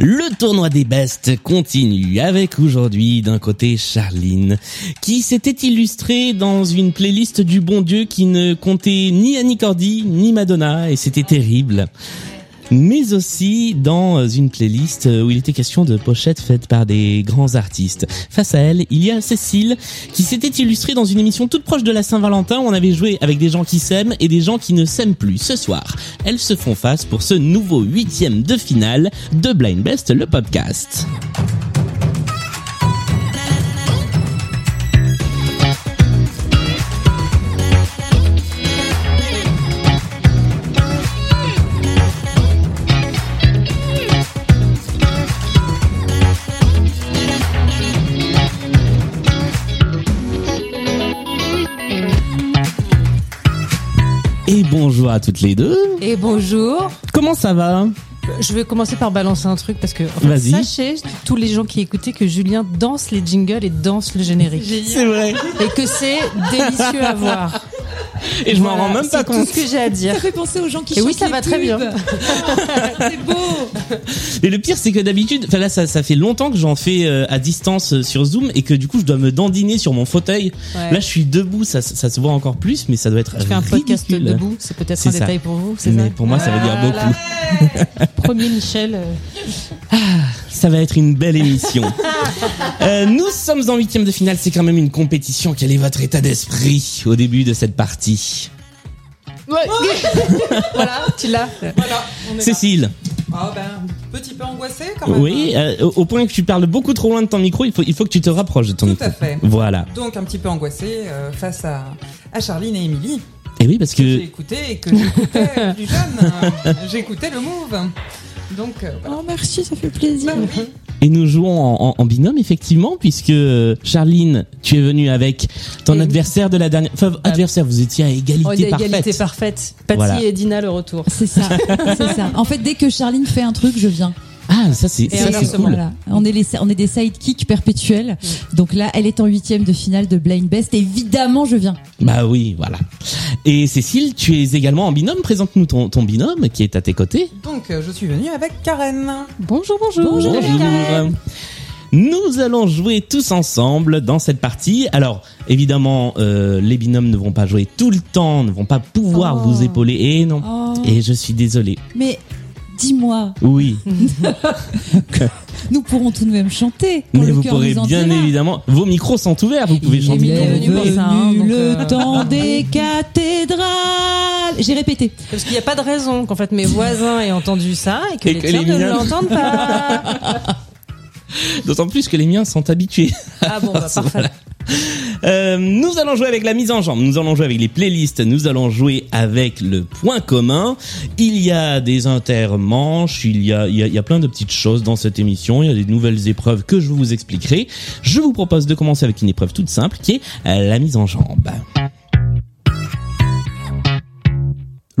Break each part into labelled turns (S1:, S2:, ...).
S1: Le tournoi des bestes continue avec aujourd'hui d'un côté Charline qui s'était illustrée dans une playlist du bon Dieu qui ne comptait ni Annie Cordy ni Madonna et c'était terrible. Mais aussi dans une playlist où il était question de pochettes faites par des grands artistes. Face à elle, il y a Cécile qui s'était illustrée dans une émission toute proche de la Saint-Valentin où on avait joué avec des gens qui s'aiment et des gens qui ne s'aiment plus. Ce soir, elles se font face pour ce nouveau huitième de finale de Blind Best, le podcast. Et bonjour à toutes les deux.
S2: Et bonjour.
S1: Comment ça va
S2: Je vais commencer par balancer un truc parce que en fait,
S1: Vas-y.
S2: sachez tous les gens qui écoutaient que Julien danse les jingles et danse le générique
S1: C'est vrai.
S2: et que c'est délicieux à voir.
S1: Et je m'en
S2: Voilà,
S1: rends même pas
S2: c'est
S1: compte.
S2: Tout ce que j'ai à dire.
S3: Ça fait penser aux gens qui
S2: Et
S3: chantent
S2: oui, ça
S3: les
S2: va très bien.
S3: pubs. C'est beau.
S1: Et le pire, c'est que d'habitude, enfin là, ça, ça fait longtemps que j'en fais euh, à distance euh, sur Zoom et que du coup, je dois me dandiner sur mon fauteuil.
S2: Ouais.
S1: Là, je suis debout, ça, ça se voit encore plus, mais ça doit être
S2: je fais un podcast
S1: ridicule.
S2: debout, c'est peut-être
S1: C'est
S2: un
S1: ça.
S2: détail pour vous, c'est ça Ah
S1: Mais pour moi, ça veut dire beaucoup.
S2: Premier Michel. euh,
S1: Ça va être une belle émission. Euh, nous sommes en huitième de finale. C'est quand même une compétition. Quel est votre état d'esprit au début de cette partie
S2: voilà, tu l'as.
S3: Voilà, on est là.
S1: Cécile,
S3: Ah ben, petit peu angoissé quand même.
S1: oui, euh, au- au point que tu parles beaucoup trop loin de ton micro, il faut, il faut que tu te rapproches de ton
S3: Tout
S1: micro.
S3: à fait.
S1: Voilà.
S3: Donc un petit peu angoissé euh, face à, à Charline et Émilie,
S1: Et oui, parce
S3: que j'ai
S1: que
S3: écouté et que j'écoutais plus jeune. Euh, J'écoutais le move. Donc euh, voilà.
S4: Oh merci, ça fait plaisir.
S3: Bah oui.
S1: Et nous jouons en, en- en binôme, effectivement, puisque euh, Charline, tu es venue avec ton
S2: Et-
S1: adversaire de la dernière... Enfin, adversaire, vous étiez à égalité
S2: Ah. Oh, il y a
S1: parfaite.
S2: égalité parfaite. Patty
S1: Voilà.
S2: et Dina le retour.
S4: C'est ça, c'est ça. En fait, dès que Charline fait un truc, je viens.
S1: Ah, ça c'est
S2: Et
S1: ça, c'est
S2: inversement.
S1: cool.
S4: Voilà. On est les, on est des sidekicks perpétuels.
S2: Mm.
S4: Donc là, elle est en huitième de finale de Blind Best. Évidemment, je viens.
S1: Bah oui, voilà. Et Cécile, tu es également en binôme. Présente-nous ton, ton binôme qui est à tes côtés.
S3: Donc euh, je suis venue avec Karen.
S2: Bonjour, bonjour.
S1: Nous allons jouer tous ensemble dans cette partie. Alors, évidemment, euh, les binômes ne vont pas jouer tout le temps, ne vont pas pouvoir
S4: Oh.
S1: vous épauler. Et non.
S4: Oh,
S1: Et je suis désolé.
S4: mais dis-moi,
S1: Oui.
S4: nous pourrons tout de même chanter. quand
S1: Mais
S4: le
S1: vous
S4: cœur
S1: pourrez
S4: nous en
S1: bien
S4: dira.
S1: évidemment. Vos micros sont ouverts, vous pouvez
S2: Il est
S1: chanter.
S4: Il
S2: mignon,
S1: quand vous
S4: est
S2: venu
S1: voulez.
S2: pour
S4: venu
S2: ça, hein, donc, euh,
S4: le temps des cathédrales. J'ai répété.
S2: Parce qu'il n'y a pas de raison qu'en fait mes voisins aient entendu ça et que
S1: Et
S2: les
S1: que
S2: tiens
S1: les
S2: ne
S1: miens-
S2: l'entendent pas.
S1: D'autant plus que les miens sont habitués.
S2: Ah bon, bah parfait.
S1: Euh, nous allons jouer avec la mise en jambe, nous allons jouer avec les playlists, nous allons jouer avec le point commun. Il y a des intermanches, il y a, il y a, il y a plein de petites choses dans cette émission, il y a des nouvelles épreuves que je vous expliquerai. Je vous propose de commencer avec une épreuve toute simple qui est euh, la mise en jambe.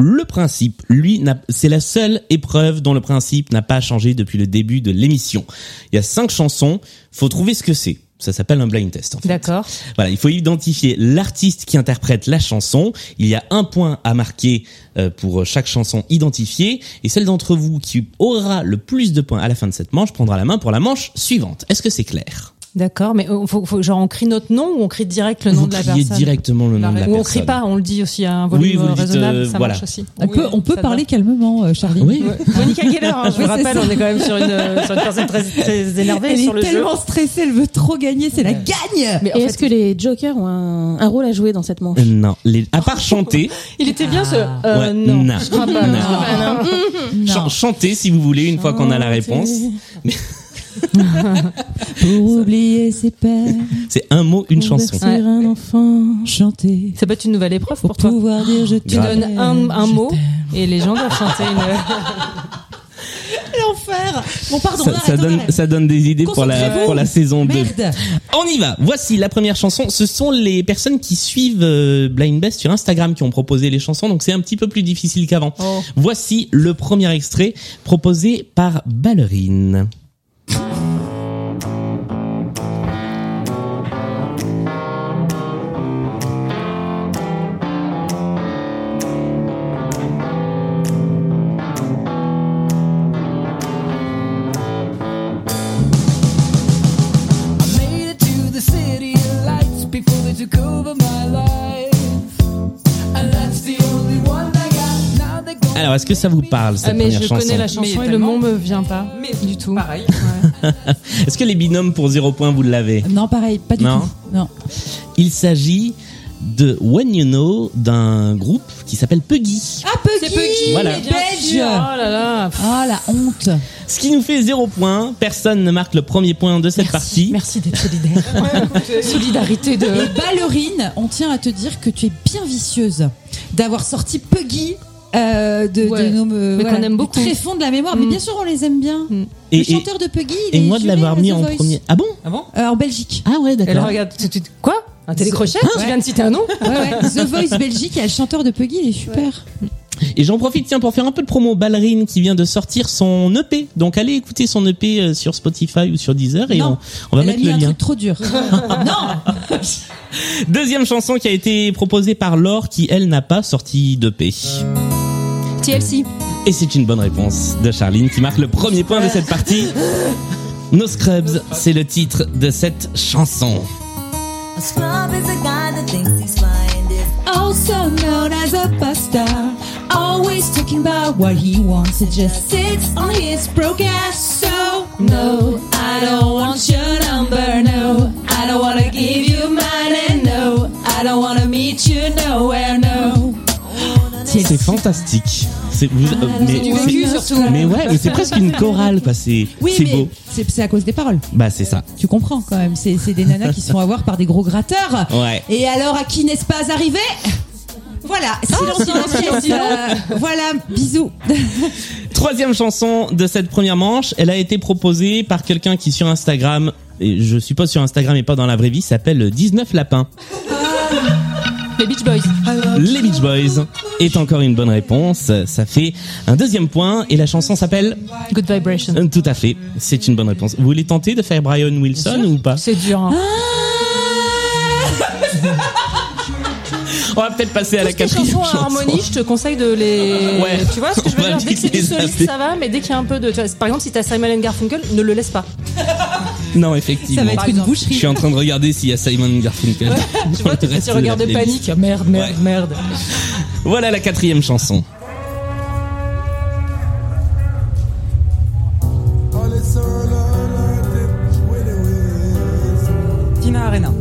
S1: Le principe, lui, n'a- c'est la seule épreuve dont le principe n'a pas changé depuis le début de l'émission. Il y a cinq chansons, faut trouver ce que c'est. Ça s'appelle un blind test. En fait.
S2: D'accord.
S1: Voilà, il faut identifier l'artiste qui interprète la chanson. Il y a un point à marquer euh, pour chaque chanson identifiée. Et celle d'entre vous qui aura le plus de points à la fin de cette manche prendra la main pour la manche suivante. Est-ce que c'est clair
S2: D'accord, mais euh, faut, faut, genre on crie notre nom ou on crie direct le nom
S1: Vous
S2: de la
S1: criez
S2: personne
S1: directement le nom de
S3: La
S1: la
S2: Ou on
S1: personne.
S2: crie pas, on le dit aussi à un volume
S1: Oui, vous le
S2: euh,
S1: dites,
S2: raisonnable,
S1: euh,
S2: ça
S1: voilà.
S2: marche aussi.
S4: On
S3: Oui,
S4: peut, on peut
S2: ça
S4: parler calmement, euh, Charline.
S1: Oui.
S2: Monica Geller, hein, je
S4: Oui,
S2: vous
S4: c'est
S2: rappelle,
S4: ça.
S2: on est quand même sur une, euh, sur une personne très, très énervée
S4: Elle
S2: sur
S4: est
S2: le jeu.
S4: tellement stressée, elle veut trop gagner, c'est la
S3: Ouais.
S4: gagne.
S2: Mais en
S5: Et
S2: fait,
S5: est-ce que les jokers ont un, un rôle à jouer dans cette manche
S1: Euh, Non, les- à part chanter,
S2: il était bien ce.
S3: Ah.
S2: euh,
S1: ouais,
S2: non.
S1: non.
S2: Ah bah,
S1: Non.
S2: ah bah, non.
S4: Non.
S1: Chan- chanter si vous voulez une fois qu'on a la réponse.
S4: Pour oublier ses peines,
S1: C'est un mot, une chanson.
S5: Bercer un enfant.
S4: chanter.
S2: Ça peut être une nouvelle épreuve
S4: Pour
S2: pour toi.
S4: pouvoir dire je
S2: Tu
S4: t'aime.
S1: Grave.
S2: donnes un, un
S4: je
S2: mot
S4: t'aime.
S2: et les gens doivent chanter une.
S4: L'enfer. Bon, pardon, on
S1: Ça,
S4: arrête,
S1: ça
S4: on
S1: donne,
S4: arrête.
S1: ça donne des idées pour la,
S4: Concentrez-vous.
S1: pour la saison 2.
S4: Merde.
S1: On y va. Voici la première chanson. Ce sont les personnes qui suivent euh, Blind Best sur Instagram qui ont proposé les chansons, donc c'est un petit peu plus difficile qu'avant.
S2: Oh.
S1: Voici le premier extrait proposé par Ballerine.
S6: took over my life, and that's the only one I got. Now they're gonna
S1: Alors, est-ce que ça vous parle, cette
S2: Ah, mais
S1: première
S2: je
S1: chanson
S2: connais la chanson
S3: Mais
S2: et le mot
S3: tellement.
S2: me vient pas
S3: Mais
S2: du tout.
S3: Pareil.
S1: Est-ce que les binômes pour zéro point, vous l'avez
S4: Non, pareil, pas du
S1: Non.
S4: tout. Non.
S1: Il s'agit de When You Know d'un groupe qui s'appelle Puggy.
S4: Ah, Puggy,
S3: Puggy,
S1: Voilà.
S4: les
S2: Oh
S4: Belges.
S2: là là. pff,
S4: Ah, la honte.
S1: Ce qui nous fait zéro point. Personne ne marque le premier point de cette
S2: merci,
S1: partie.
S2: Merci d'être solidaire.
S3: Ouais, écoute,
S2: Solidarité
S4: Et
S2: de.
S4: Ballerine, on tient à te dire que tu es bien vicieuse d'avoir sorti Puggy euh, de,
S2: Ouais.
S4: de nos euh,
S2: Mais qu'on aime
S4: du
S2: beaucoup.
S4: tréfonds de la mémoire. Mais
S2: Mm.
S4: bien sûr, on les aime bien.
S1: Et,
S4: le
S1: et,
S4: chanteur de Puggy, il
S1: et
S4: est
S1: moi de
S4: jumelé
S1: l'avoir
S4: à
S1: mis
S4: The
S1: en
S4: Voice.
S1: premier. Ah bon
S3: Ah bon
S4: Euh, en Belgique.
S1: Ah ouais,
S3: Elle
S1: d'accord.
S3: regarde tout de suite.
S2: Quoi Un télécrochet Tu viens de citer un nom
S4: Ouais, ouais. The Voice Belgique, il y a le chanteur de Puggy, il est super.
S1: Et j'en profite tiens pour faire un peu de promo Ballerine qui vient de sortir son EP. Donc allez écouter son EP euh, sur Spotify ou sur Deezer et
S4: Non.
S1: on, on va
S4: Elle a
S1: mettre
S4: mis
S1: Bah, le
S4: un
S1: lien.
S4: truc trop dur. non
S1: Deuxième chanson qui a été proposée par Laure qui elle n'a pas sorti d'EP.
S4: TLC.
S1: Et c'est une bonne réponse de Charline qui marque le premier point de cette partie. No Scrubs, c'est le titre de cette chanson.
S6: A scrub is a guy that thinks he's blind. If
S4: Also known as a pasta. Always talking about what he wants. It just sits on his broke ass. So, no, I don't want your number. No, I don't want to give you mine. And no, I don't want to meet you nowhere. No.
S1: C'est fantastique. C'est vous- euh, mais,
S4: Ah, du
S1: c'est-
S4: vécu, surtout.
S1: mais ouais, mais c'est presque une chorale quoi. C'est
S4: Oui,
S1: c'est
S4: mais
S1: beau.
S4: c'est c'est à cause des paroles.
S1: Bah c'est ça.
S4: Tu comprends quand même. C'est c'est des nanas qui se font avoir par des gros gratteurs.
S1: Ouais.
S4: Et alors, à qui n'est-ce pas arrivé Voilà,
S1: Ah,
S4: silence, silence, silence. Euh, voilà, bisous.
S1: Troisième chanson de cette première manche, elle a été proposée par quelqu'un qui sur Instagram, et je suppose sur Instagram et pas dans la vraie vie, s'appelle 19 Lapins.
S2: Les Beach Boys.
S1: Les Beach Boys est encore une bonne réponse, ça fait un deuxième point et la chanson s'appelle
S2: Good Vibration.
S1: Euh, Tout à fait, c'est une bonne réponse. Vous voulez tenter de faire Brian Wilson ou pas
S2: C'est dur. hein.
S1: On va peut-être passer à la
S2: Toutes les
S1: quatrième
S2: chansons
S1: chanson.
S2: à harmonie, je te conseille de les.
S1: Ouais.
S2: Tu vois ce que je veux
S1: On va
S2: dire Dès que c'est du
S1: éviter
S2: solide,
S1: ça.
S2: ça va, mais dès qu'il y a un peu de. tu vois, par exemple, si t'as Simon and Garfunkel, ne le laisse pas.
S1: Non, effectivement.
S4: Ça va être une
S1: Je
S4: boucherie.
S1: suis en train de regarder s'il y a Simon Garfunkel.
S2: Tu vois,
S1: dans
S2: tu
S1: le reste
S2: petit
S1: de la
S2: regard de
S1: playlist.
S2: panique. Merde, merde, merde.
S1: Voilà la quatrième chanson.
S3: Tina Arena.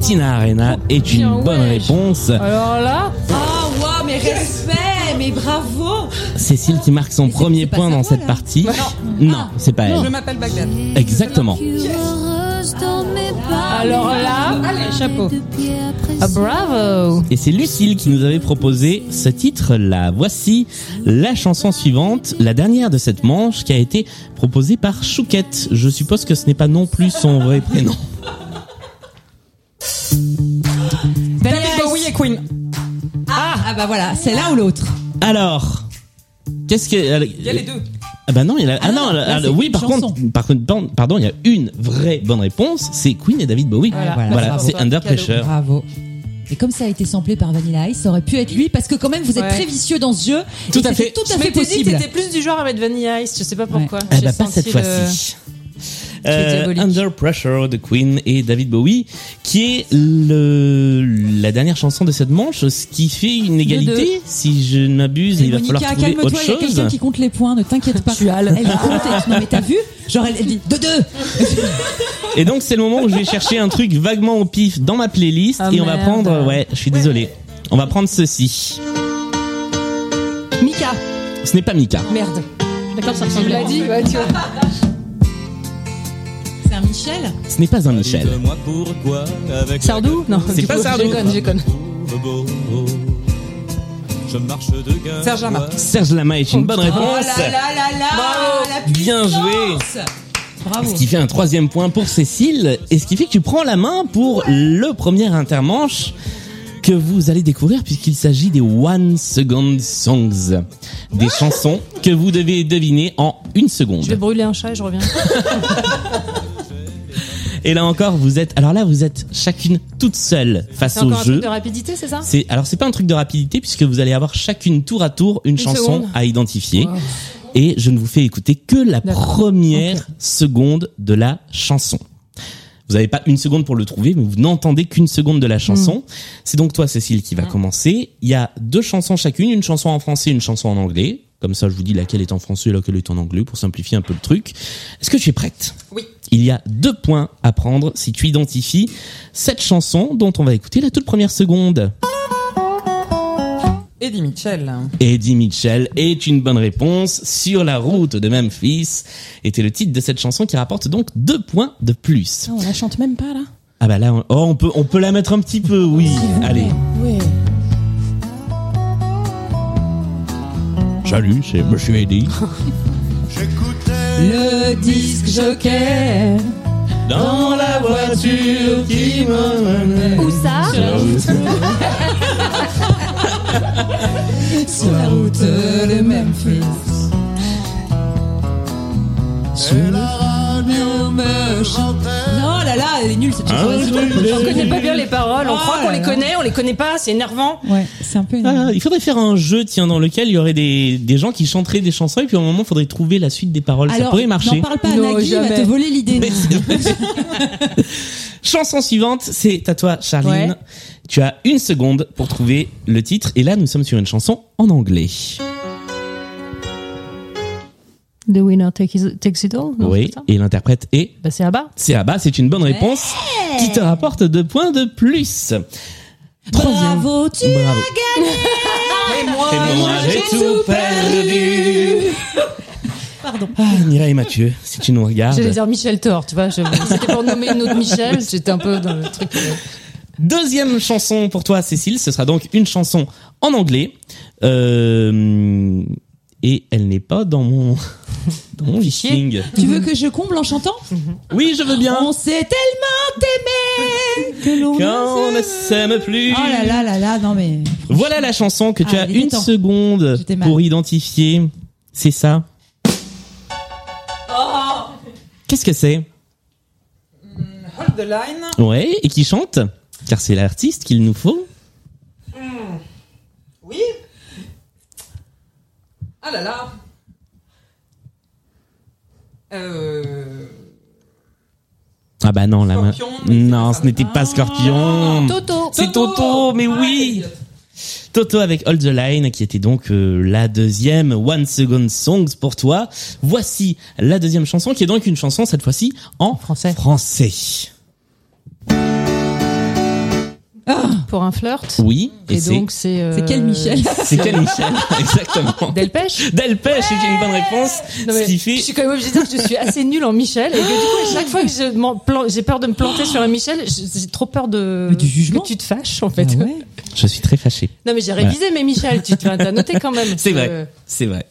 S1: Tina Arena est
S2: bien,
S1: une bonne
S2: ouais.
S1: réponse.
S2: Alors là,
S4: Ah, waouh, mais respect, mais bravo.
S1: Cécile qui marque son
S4: c'est-
S1: premier
S4: c'est pas
S1: point
S4: sa hein.
S1: dans
S4: voix,
S1: cette
S4: là
S1: partie.
S3: Non.
S1: Non,
S4: Ah.
S1: c'est pas
S3: Je
S1: elle.
S3: m'appelle Bagdad.
S1: Exactement.
S2: alors là.
S3: Allez, chapeau.
S2: Ah, bravo
S1: Et c'est Lucille qui nous avait proposé ce titre-là. Voici la chanson suivante, la dernière de cette manche, qui a été proposée par Chouquette. Je suppose que ce n'est pas non plus son vrai prénom.
S3: David Bowie et Queen.
S4: Ah, ah bah voilà, c'est l'un ou l'autre.
S1: Alors, qu'est-ce que... euh,
S3: Il y a les deux.
S1: Ah bah non, il y en a... Ah,
S4: Ah
S1: non,
S4: non, là,
S1: ah,
S4: c'est
S1: oui,
S4: une
S1: par
S4: chanson.
S1: contre, par contre, pan- pardon, il y a une vraie bonne réponse, c'est Queen et David Bowie. Voilà,
S4: Voilà. Bravo.
S1: c'est Under
S3: Cadeau.
S1: Pressure.
S4: Bravo. Et comme ça a été samplé par Vanilla Ice, ça aurait pu être lui parce que quand même vous êtes
S3: Ouais.
S4: très vicieux dans ce jeu.
S1: Tout
S4: Et
S1: à
S4: c'était
S1: fait.
S4: Tout à
S2: Je
S4: fait
S2: m'étais dit que
S4: possible.
S2: t'étais plus du genre à mettre Vanilla Ice, je sais pas pourquoi.
S1: Eh
S2: J'ai
S1: bah pas
S2: senti
S1: cette
S2: le-
S1: fois-ci. Euh,
S2: diabolique.
S1: Under Pressure de Queen et David Bowie, qui est le, la dernière chanson de cette manche, ce qui fait une égalité, si je ne m'abuse, et il va falloir
S4: Monica,
S1: trouver
S4: calme-toi,
S1: autre
S4: il y a quelqu'un
S1: chose.
S4: qui compte les points, ne t'inquiète pas. Tu as Elle compte, elle- non mais t'as vu Genre elle, elle dit de deux.
S1: Et donc c'est le moment où je vais chercher un truc vaguement au pif dans ma playlist
S2: Ah,
S1: et on va
S2: merde.
S1: prendre, ouais, je suis désolé, on va prendre ceci.
S2: Mika
S1: Ce n'est pas Mika.
S2: Merde. D'accord, ça me semble.
S3: l'a dit, ouais, tu vois.
S4: C'est un Michel.
S1: Ce n'est pas un Michel.
S7: Dites-moi pourquoi avec
S2: Sardou Non,
S1: C'est
S2: du
S1: pas
S2: coup,
S1: Sardou.
S2: Je déconne, je déconne.
S7: la pauvre Bobo. Je marche de gain.
S3: Serge Lama.
S1: Serge Lama est une bonne réponse.
S4: Oh là là
S3: Oh.
S1: Bravo.
S4: la
S1: Bien joué.
S4: puissance. Bravo.
S1: Ce qui fait un troisième point pour Cécile, et ce qui fait que tu prends la main pour le premier intermanche que vous allez découvrir puisqu'il s'agit des One Second Songs. Des chansons que vous devez deviner en une
S2: Je vais
S1: seconde.
S2: brûler un chat et je reviens.
S1: Et là encore, vous êtes, alors là, vous êtes chacune toute seule face
S2: C'est
S1: au
S2: encore un
S1: jeu.
S2: truc de rapidité, c'est ça
S1: C'est, alors c'est pas un truc de rapidité puisque vous allez avoir chacune tour à tour une, chanson
S2: seconde.
S1: à identifier. Et je ne vous fais écouter que la
S2: D'accord.
S1: première seconde de la chanson. Vous n'avez pas une seconde pour le trouver, mais vous n'entendez qu'une seconde de la chanson. C'est donc toi, Cécile, qui va commencer. Il y a deux chansons chacune, une chanson en français, une chanson en anglais. Comme ça, je vous dis laquelle est en français et laquelle est en anglais pour simplifier un peu le truc. Est-ce que tu es prête
S3: Oui.
S1: Il y a deux points à prendre si tu identifies cette chanson dont on va écouter la toute première seconde.
S3: Eddie Mitchell.
S1: Eddie Mitchell est une bonne réponse. Sur la route de Memphis était le titre de cette chanson qui rapporte donc deux points de plus.
S5: Ah, on la chante même pas là.
S1: Ah bah là, on, oh, on peut on peut la mettre un petit peu, oui. Allez,
S5: Ouais.
S1: salut, c'est Monsieur Eddie.
S4: Le disque jockey.
S1: Dans la voiture qui m'emmène.
S4: Où ça
S3: Sur la route de Memphis.
S4: Non, là là, elle est nulle cette chanson.
S1: Un truc de-
S8: On connaît pas bien les paroles, on
S2: Ah.
S8: croit qu'on les connaît, on les connaît pas, c'est énervant.
S4: Ouais, c'est un peu une.
S1: Ah, il faudrait faire un jeu, tiens, dans lequel il y aurait des, des gens qui chanteraient des chansons et puis au moment, il faudrait trouver la suite des paroles. ça pourrait
S4: n'en
S1: marcher.
S4: parle pas à
S3: Non,
S4: Nagui, il va
S3: jamais.
S4: te voler l'idée.
S1: Mais c'est vrai. Chanson suivante, c'est à toi, Charline.
S2: Ouais.
S1: Tu as une seconde pour trouver le titre. Et là, nous sommes sur une chanson en anglais.
S8: The winner takes it all
S1: oui. Et l'interprète est
S2: Bah, c'est à bas.
S1: C'est Abba. C'est une bonne réponse qui te rapporte deux points de plus. Troisième.
S4: Bravo, tu
S1: Bravo.
S3: Et moi,
S1: Et moi,
S3: j'ai
S1: j'ai tout perdu. Pardon. Ah, Mireille Mathieu, si tu nous regardes.
S2: J'allais dire Michel Thor, tu vois. je- C'était pour nommer une autre Michel, j'étais un peu dans le truc.
S1: Deuxième chanson pour toi, Cécile. Ce sera donc une chanson en anglais. Euh, et elle n'est pas dans mon, dans mon listing.
S4: Tu veux que je comble en chantant
S1: Oui, je veux bien.
S4: On s'est tellement aimé que l'on.
S1: Quand on ne s'aime plus.
S4: Oh là là là là, non mais.
S1: Voilà la chanson que tu
S4: Ah,
S1: as
S4: il était
S1: une
S4: temps.
S1: seconde
S4: J'étais mal.
S1: pour identifier. C'est ça. Qu'est-ce que c'est
S3: Hold the line.
S1: Ouais, et qui chante Car c'est l'artiste qu'il nous faut.
S3: Oui. Ah là là. Euh.
S1: Ah bah non, la main.
S3: Scorpion, mais c'est
S1: Non,
S3: pas
S1: ce
S3: ça.
S1: n'était pas Scorpion.
S4: Ah.
S2: Toto.
S1: C'est Toto, mais
S3: Ah,
S1: oui.
S3: l'idiote.
S1: Toto avec Hold the Line, qui était donc euh, la deuxième One Second Songs pour toi. Voici la deuxième chanson, qui est donc une chanson cette fois-ci en
S2: Français.
S1: français.
S2: Pour un flirt.
S1: Oui, et,
S2: Et
S1: c'est
S2: donc, c'est. euh,
S4: C'est quel Michel
S1: c'est quel Michel Exactement.
S2: Delpech
S1: Delpech est une bonne réponse,
S2: Non,
S1: ce
S2: mais
S1: qui
S2: Je
S1: fait
S2: suis quand même obligée de dire que je suis assez nulle en Michel et que du coup, à chaque fois que je m'en plan- j'ai peur de me planter sur un Michel, je- j'ai trop peur de
S4: Mais du jugement.
S2: que tu te fâches en fait.
S4: Ah ouais.
S1: je suis très fâché.
S2: Non mais j'ai révisé mes Michel, tu t'as noté quand même.
S1: C'est
S2: que-
S1: vrai, c'est vrai.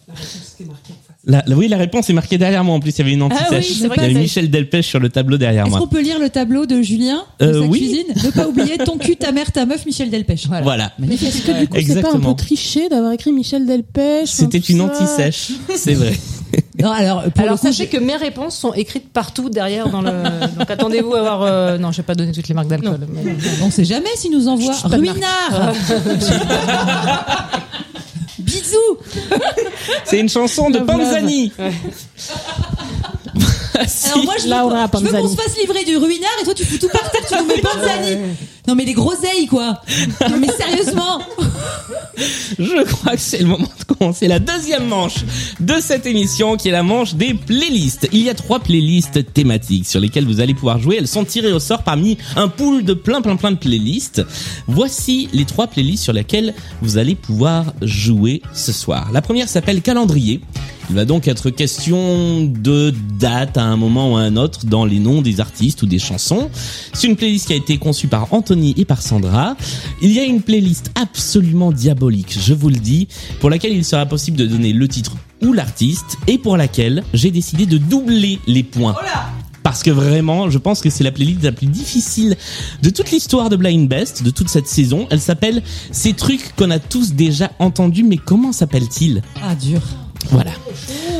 S1: La, la- oui, la réponse est marquée derrière moi en plus. Il y avait une anti-sèche.
S2: Ah oui, c'est vrai
S1: Il y
S2: que
S1: avait
S2: ça-
S1: Michel Delpech sur le tableau derrière
S4: Est-ce
S1: moi.
S4: qu'on peut lire le tableau de Julien de
S1: Euh,
S4: sa
S1: oui.
S4: cuisine Ne pas oublier ton cul, ta mère, ta meuf, Michel Delpech. Voilà.
S1: Voilà.
S5: Mais est-ce que du coup, c'est pas un
S1: Exactement.
S5: peu triché d'avoir écrit Michel Delpech enfin,
S1: C'était
S5: tout
S1: une
S5: ça
S1: anti-sèche.
S2: Ah.
S1: C'est vrai.
S4: Non, alors, pour
S2: Alors
S4: le coup,
S2: sachez que mes réponses sont écrites partout derrière dans le. Donc attendez-vous à avoir. euh, Non, je vais pas donner toutes les marques d'alcool. mais-
S4: j'ai- on sait jamais s'il nous envoie
S2: Ah,
S4: Ruinard. Bisous.
S1: C'est une chanson de Panzani. Voici-
S4: Alors moi, je
S5: Laura
S4: veux, je veux qu'on
S5: Panzani.
S4: se fasse livrer du ruinard et toi tu fous tout par terre, tu nous mets Panzani. Non mais les groseilles quoi. Non mais sérieusement.
S1: je crois que c'est le moment de commencer la deuxième manche de cette émission qui est la manche des playlists. Il y a trois playlists thématiques sur lesquelles vous allez pouvoir jouer. Elles sont tirées au sort parmi un pool de plein plein plein de playlists. Voici les trois playlists sur lesquelles vous allez pouvoir jouer ce soir. La première s'appelle Calendrier. Il va donc être question de date à un moment ou à un autre dans les noms des artistes ou des chansons. C'est une playlist qui a été conçue par Anthony et par Sandra. Il y a une playlist absolument diabolique, je vous le dis, pour laquelle il sera possible de donner le titre ou l'artiste et pour laquelle j'ai décidé de doubler les points. Parce que vraiment, je pense que c'est la playlist la plus difficile de toute l'histoire de Blind Best, de toute cette saison. Elle s'appelle Ces trucs qu'on a tous déjà entendus, mais comment s'appelle-t-il
S4: Ah dur.
S1: voilà.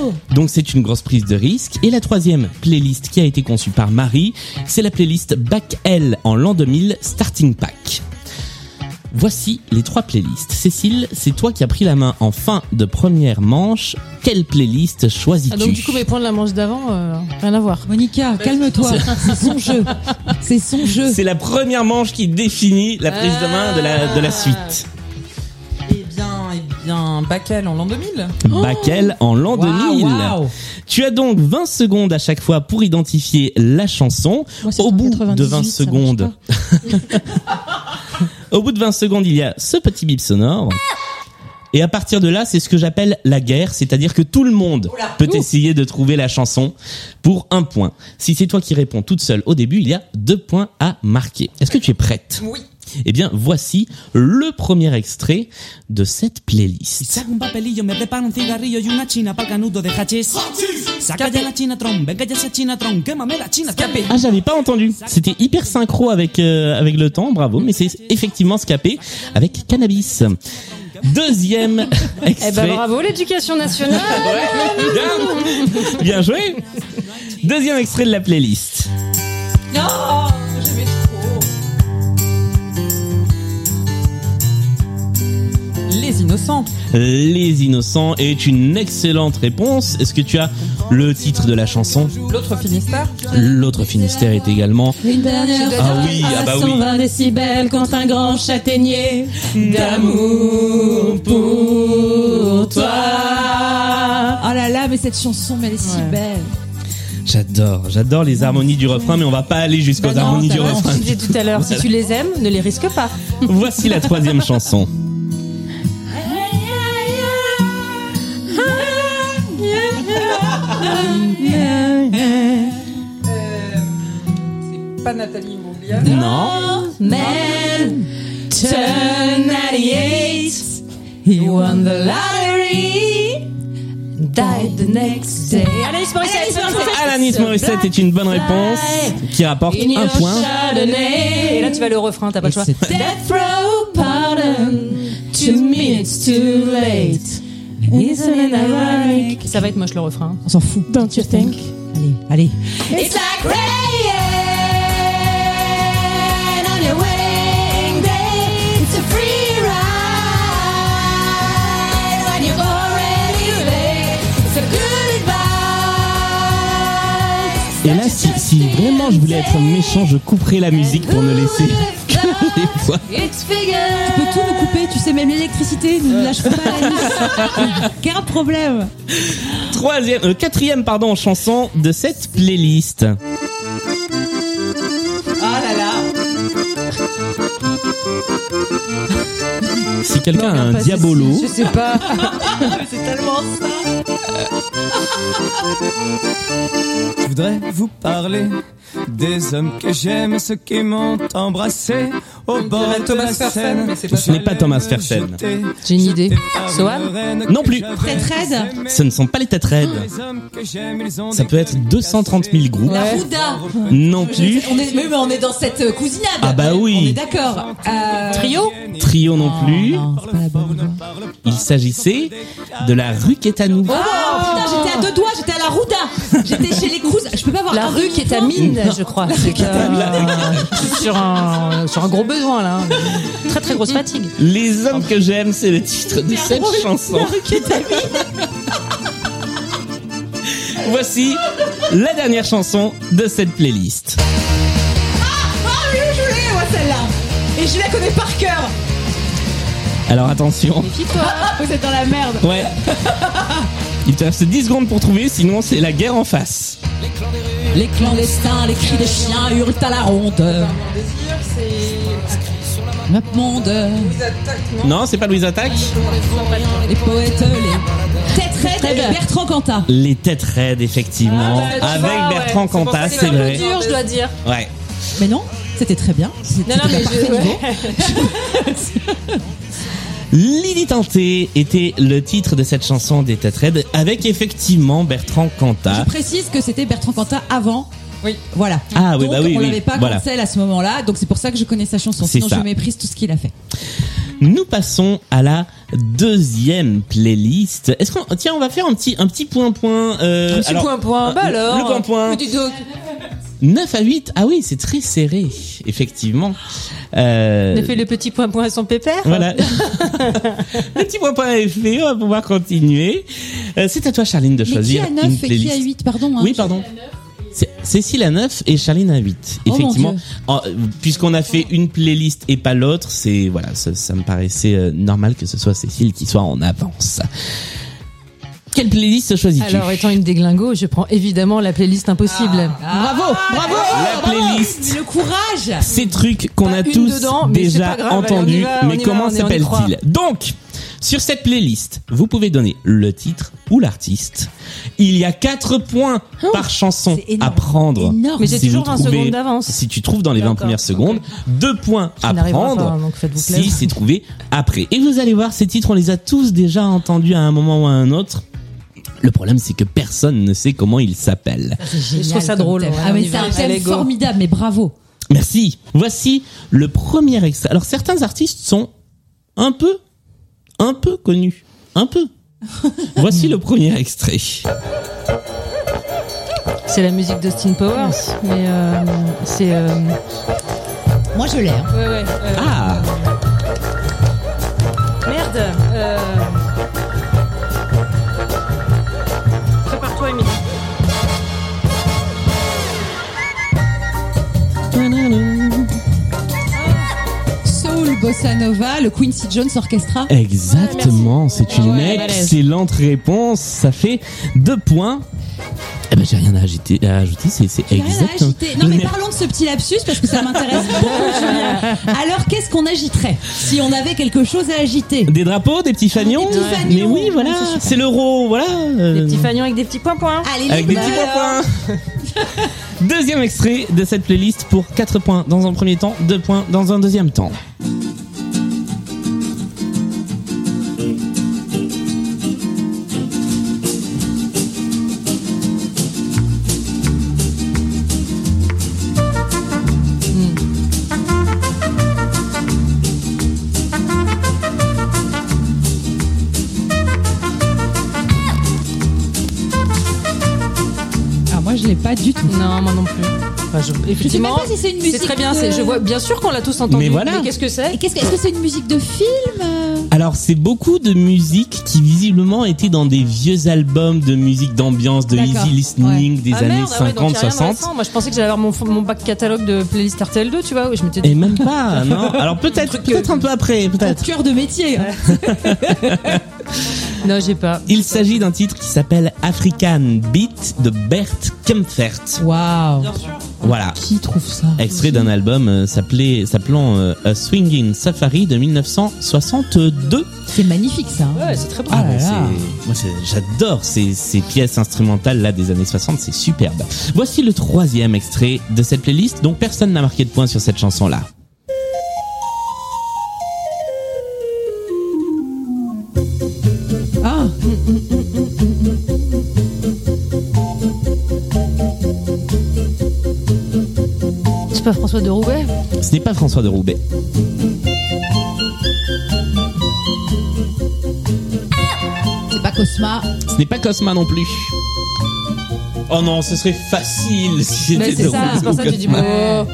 S2: Oh.
S1: Donc c'est une grosse prise de risque. Et la troisième playlist qui a été conçue par Marie, c'est la playlist Back L en l'an 2000 Starting Pack. Voici les trois playlists. Cécile, c'est toi qui as pris la main en fin de première manche. Quelle playlist choisis-tu
S2: Ah, donc du coup, mes points de la manche d'avant, euh, rien à voir.
S4: Monica, calme-toi. C'est son jeu. C'est son jeu.
S1: C'est la première manche qui définit la prise de main de la, de la suite.
S3: Eh bien, eh bien, Bakel en l'an 2000.
S5: Oh.
S1: Bakel en l'an 2000.
S3: Waouh, waouh.
S1: Tu as donc 20 secondes à chaque fois pour identifier la chanson.
S5: Moi, c'est
S1: Au bout de
S5: 198,
S1: 20
S5: ça marche
S1: secondes. Au bout de 20 secondes, il y a ce petit bip sonore. Et à partir de là, c'est ce que j'appelle la guerre, c'est-à-dire que tout le monde peut essayer de trouver la chanson pour un point. Si c'est toi qui réponds toute seule au début, il y a deux points à marquer. Est-ce que tu es prête
S3: Oui.
S1: Eh bien, voici le premier extrait de cette playlist.
S9: Saca un papelillo, me prepara un cigarrillo y una china pa'l canuto de hachís. Saca ya la chinatron, venga ya esa chinatron, quémame la chinatron.
S1: Ah, j'avais pas entendu. C'était hyper synchro avec euh, avec le temps, bravo. Mais c'est effectivement scapé avec cannabis. Deuxième extrait.
S8: Eh ben bravo l'éducation nationale.
S1: Bien. Bien joué. Deuxième extrait de la playlist.
S3: Les Innocents.
S1: Les Innocents est une excellente réponse. Est-ce que tu as le titre de la chanson
S3: L'autre Finistère.
S1: L'autre Finistère est également.
S4: Une dernière
S1: Ah oui, ah bah oui.
S4: 120 décibels contre un grand châtaignier d'amour pour toi. Oh là là, mais cette chanson, mais elle est si belle.
S1: J'adore, j'adore les harmonies du refrain, mais on va pas aller jusqu'aux
S8: Bah non,
S1: harmonies
S8: ça
S1: du
S8: va, on
S4: hein.
S1: refrain.
S8: se disait tout à l'heure, si tu les aimes, ne les risque pas.
S1: Voici la troisième chanson.
S3: C'est pas Nathalie Imbruglia.
S1: Non.
S4: Man, turn 98. He won the lottery. Died the next day.
S8: Anaïs Morissette,
S1: Alanis Morissette est une bonne réponse qui rapporte
S4: In
S1: un
S4: your
S1: point.
S4: Chardonnay.
S8: Et là tu vas le refrain, t'as pas le choix.
S4: Death row pardon. Two minutes too late. Isn't it ironic?
S8: Ça va être moche le refrain.
S4: On s'en fout.
S5: Don't you think?
S4: Allez, allez. It's like rain on your wedding day. It's a free ride when you're already late. It's a good advice.
S1: Et là, si, si vraiment je voulais être méchant, je couperais la musique pour ne laisser que les voix.
S4: It's Tu peux tout nous couper, tu sais, même l'électricité, nous ne lâcherons pas la nuit. Quel problème
S1: Troisième, euh, quatrième, pardon, chanson de cette playlist.
S3: Ah là là.
S1: Si quelqu'un a un
S2: Pas
S1: diabolo,
S2: ceci, Je sais pas.
S9: Je voudrais vous parler des hommes que j'aime, ceux qui m'ont embrassé au bord
S3: dirait
S9: de
S3: Thomas
S9: la
S3: Fersen,
S9: Seine.
S3: mais c'est pas
S9: Je
S1: ça. Ce n'est pas
S9: l'ai
S1: Thomas
S9: me
S1: Fersen.
S9: jeter,
S2: J'ai une idée.
S9: jeter par
S2: Swan
S9: une reine
S1: Non
S9: que
S1: plus.
S9: j'avais
S4: Très raide.
S9: aimée.
S1: ce ne sont pas les têtes raides.
S9: Les hommes que j'aime, ils ont
S1: Ça
S9: des
S1: peut être
S9: gueules
S1: 230 000
S9: cassées.
S1: groupes.
S4: La Rouda
S1: Non plus.
S4: on est, mais oui, on est dans cette euh, cousinade.
S1: Ah bah oui.
S4: On est d'accord. Euh,
S8: Trio
S1: Trio non
S3: Oh,
S1: plus.
S9: Parle fort, ne parle pas.
S1: Il s'agissait de la rue Quétanou.
S4: Oh, putain, j'étais à deux doigts, j'étais à la Rouda. J'étais chez les Cruz. Je peux pas voir.
S8: La
S4: un
S8: rue
S4: truc
S8: qui est à
S4: fort.
S8: mine, je crois. C'est que, euh, je suis sur un, sur un gros besoin là. Très très grosse fatigue.
S1: Les hommes que j'aime, c'est le titre de cette chanson. Voici la dernière chanson de cette playlist.
S4: Ah oui, je l'ai, moi, celle-là. Et je la connais par cœur.
S1: Alors attention.
S4: Vous êtes dans la merde.
S1: Ouais. Il te reste 10 secondes pour trouver, sinon c'est la guerre en face.
S4: Les clandestins, les cris des chiens hurlent à la ronde.
S3: Désir, c'est.
S4: Le monde,
S3: Ils attaquent, non
S1: Non, c'est pas Louise Attaque
S4: les poètes, les têtes raides, Bertrand Cantat.
S1: Les têtes raides, effectivement.
S3: Ah, bah, tu
S1: avec
S3: vois, ouais.
S1: Bertrand
S3: C'est pour
S1: Cantat,
S3: ça que
S1: c'est
S3: c'est
S1: vrai.
S3: un peu
S8: Dur, je dois dire.
S1: Ouais.
S4: Mais non, c'était très bien. C'était
S8: Non, non, mais je. ouais.
S1: Lily Tanté était le titre de cette chanson des têtes raides, avec effectivement Bertrand Cantat.
S4: Je précise que c'était Bertrand Cantat avant.
S3: Oui.
S4: Voilà.
S1: Ah oui,
S4: Donc,
S1: bah oui,
S4: on
S1: oui.
S4: l'avait pas
S1: Voilà.
S4: cancel à ce moment-là, donc c'est pour ça que je connais sa chanson.
S1: C'est
S4: Sinon,
S1: ça.
S4: je méprise tout ce qu'il a fait.
S1: Nous passons à la deuxième playlist. Est-ce qu'on tiens on va faire un petit un petit point point euh,
S8: Un petit
S1: alors,
S8: point point. Bah
S1: le-
S8: alors.
S1: le point point.
S8: Mais dis donc.
S1: 9 à 8. Ah oui, c'est très serré, effectivement. Euh,
S2: On a fait le petit point point à son pépère.
S1: voilà. Petit point point FV, on va pouvoir continuer. Euh, c'est à toi, Charline, de
S4: Mais qui
S1: choisir
S4: a
S1: une
S4: 9 et qui
S1: playlist.
S4: a 8 Pardon. hein.
S1: Oui, pardon. C'est- Cécile à 9 et Charline à 8.
S4: Oh, mon
S1: Effectivement,
S4: Dieu.
S1: En- euh, puisqu'on a fait une playlist et pas l'autre, c'est voilà, ça, ça me paraissait euh, normal que ce soit Cécile qui soit en avance. Quelle playlist choisis-tu
S2: Alors, étant une déglingo, je prends évidemment la playlist impossible.
S1: Ah.
S4: Bravo, bravo.
S2: Ah,
S1: La playlist,
S4: Le courage.
S1: ces trucs qu'on
S2: Pas
S1: a
S2: une
S1: tous
S2: dedans, mais c'est
S1: déjà
S2: pas grave, allez, on y
S1: entendus,
S2: va, on
S1: mais
S2: y va,
S1: comment
S2: on y- on y
S1: s'appelle-t-il
S2: croit.
S1: Donc, sur cette playlist, vous pouvez donner le titre ou l'artiste. Il y a 4 points
S2: Oh,
S1: par chanson
S4: c'est
S1: à
S4: énorme.
S1: prendre.
S4: Énorme.
S2: Mais j'ai
S1: Si vous
S2: toujours 20
S1: trouvez-
S2: secondes d'avance.
S1: Si tu trouves dans les 20
S2: D'accord,
S1: premières secondes, deux points
S2: Qui
S1: à
S2: n'arrivera
S1: prendre
S2: pas, donc faites-vous
S1: si
S2: plaisir.
S1: c'est trouvé après. Et vous allez voir, ces titres, on les a tous déjà entendus à un moment ou à un autre. Le problème, c'est que personne ne sait comment ils s'appellent.
S2: Je trouve ça drôle. ouais,
S4: Ah
S2: on
S4: mais
S2: y
S4: c'est
S2: va.
S4: un thème
S2: Allez, go.
S4: formidable. Mais bravo.
S1: Merci. Voici le premier extrait. Alors, certains artistes sont un peu, un peu connus. Un peu. Voici le premier extrait.
S2: C'est la musique d'Austin Powers, mais euh, c'est. euh,
S4: Moi je l'ai. hein.
S1: Ah
S2: Merde. euh, Prépare-toi, Émilie.
S4: Soul, bossa nova, le Quincy Jones orchestra.
S1: Exactement, c'est une
S2: Ouais, balèze.
S1: excellente réponse. Ça fait deux points. Eh ben j'ai rien à ajouter. À ajouter c'est c'est
S4: Tu n'as rien à
S1: exact.
S4: agiter. Non mais parlons de ce petit lapsus parce que ça m'intéresse beaucoup, Julien. Alors qu'est-ce qu'on agiterait si on avait quelque chose à agiter
S1: Des drapeaux, des petits fanions.
S4: petits fanions.
S1: Mais oui, voilà, c'est l'euro, voilà.
S2: Des
S1: euh,
S2: petits fanions avec des petits points points.
S4: Allez,
S1: avec des
S4: les
S1: petits
S4: gars.
S1: points. Deuxième extrait de cette playlist pour 4 points dans un premier temps, 2 points dans un deuxième temps.
S4: Ah moi je l'ai pas du tout.
S2: Non, moi non plus. Enfin, je-
S4: Je sais même
S2: effectivement,
S4: pas si c'est une musique.
S2: c'est très bien.
S4: de-
S2: c'est- Je vois bien sûr qu'on l'a tous entendu.
S1: Mais voilà.
S2: qu'est-ce que c'est
S4: Et qu'est-ce que est-ce que c'est une musique de film euh
S1: Alors c'est beaucoup de musique qui visiblement était dans des vieux albums de musique d'ambiance, de
S4: D'accord,
S1: easy listening des
S2: Ah
S1: années
S2: merde, ah ouais, donc
S1: 50,
S2: y a rien de
S1: 60.
S2: récent. Moi, je pensais que j'allais avoir mon, fond- mon bac catalogue de playlist RTL2, tu vois. où Je m'étais dit.
S1: Et même pas, non. Alors peut-être, peut-être un peu après, peut-être.
S4: Ton cœur de métier. hein.
S2: Non, j'ai pas.
S1: Il s'agit d'un titre qui s'appelle African Beat de Bert Kempfert.
S4: Waouh. Eh.
S1: Voilà.
S4: Qui trouve ça
S1: Extrait d'un album euh, s'appelait, s'appelant euh, A Swinging Safari de 1962.
S4: C'est magnifique ça. hein.
S2: Ouais, c'est très bon.
S1: Ah, ouais, c'est- moi, c'est- j'adore ces, ces pièces instrumentales là des années 60, c'est superbe. Voici le troisième extrait de cette playlist, donc personne n'a marqué de point sur cette chanson là.
S4: Ah.
S2: C'est pas François de Roubaix
S1: Ce n'est pas François de Roubaix.
S4: C'est pas Cosma.
S1: Ce n'est pas Cosma non plus. Oh non, ce serait facile si
S2: Mais
S1: c'était
S2: c'est
S1: de
S2: ça,
S1: Roubaix
S2: c'est pour
S1: ou
S2: ça que j'ai dit.
S1: Cosma.
S2: bon.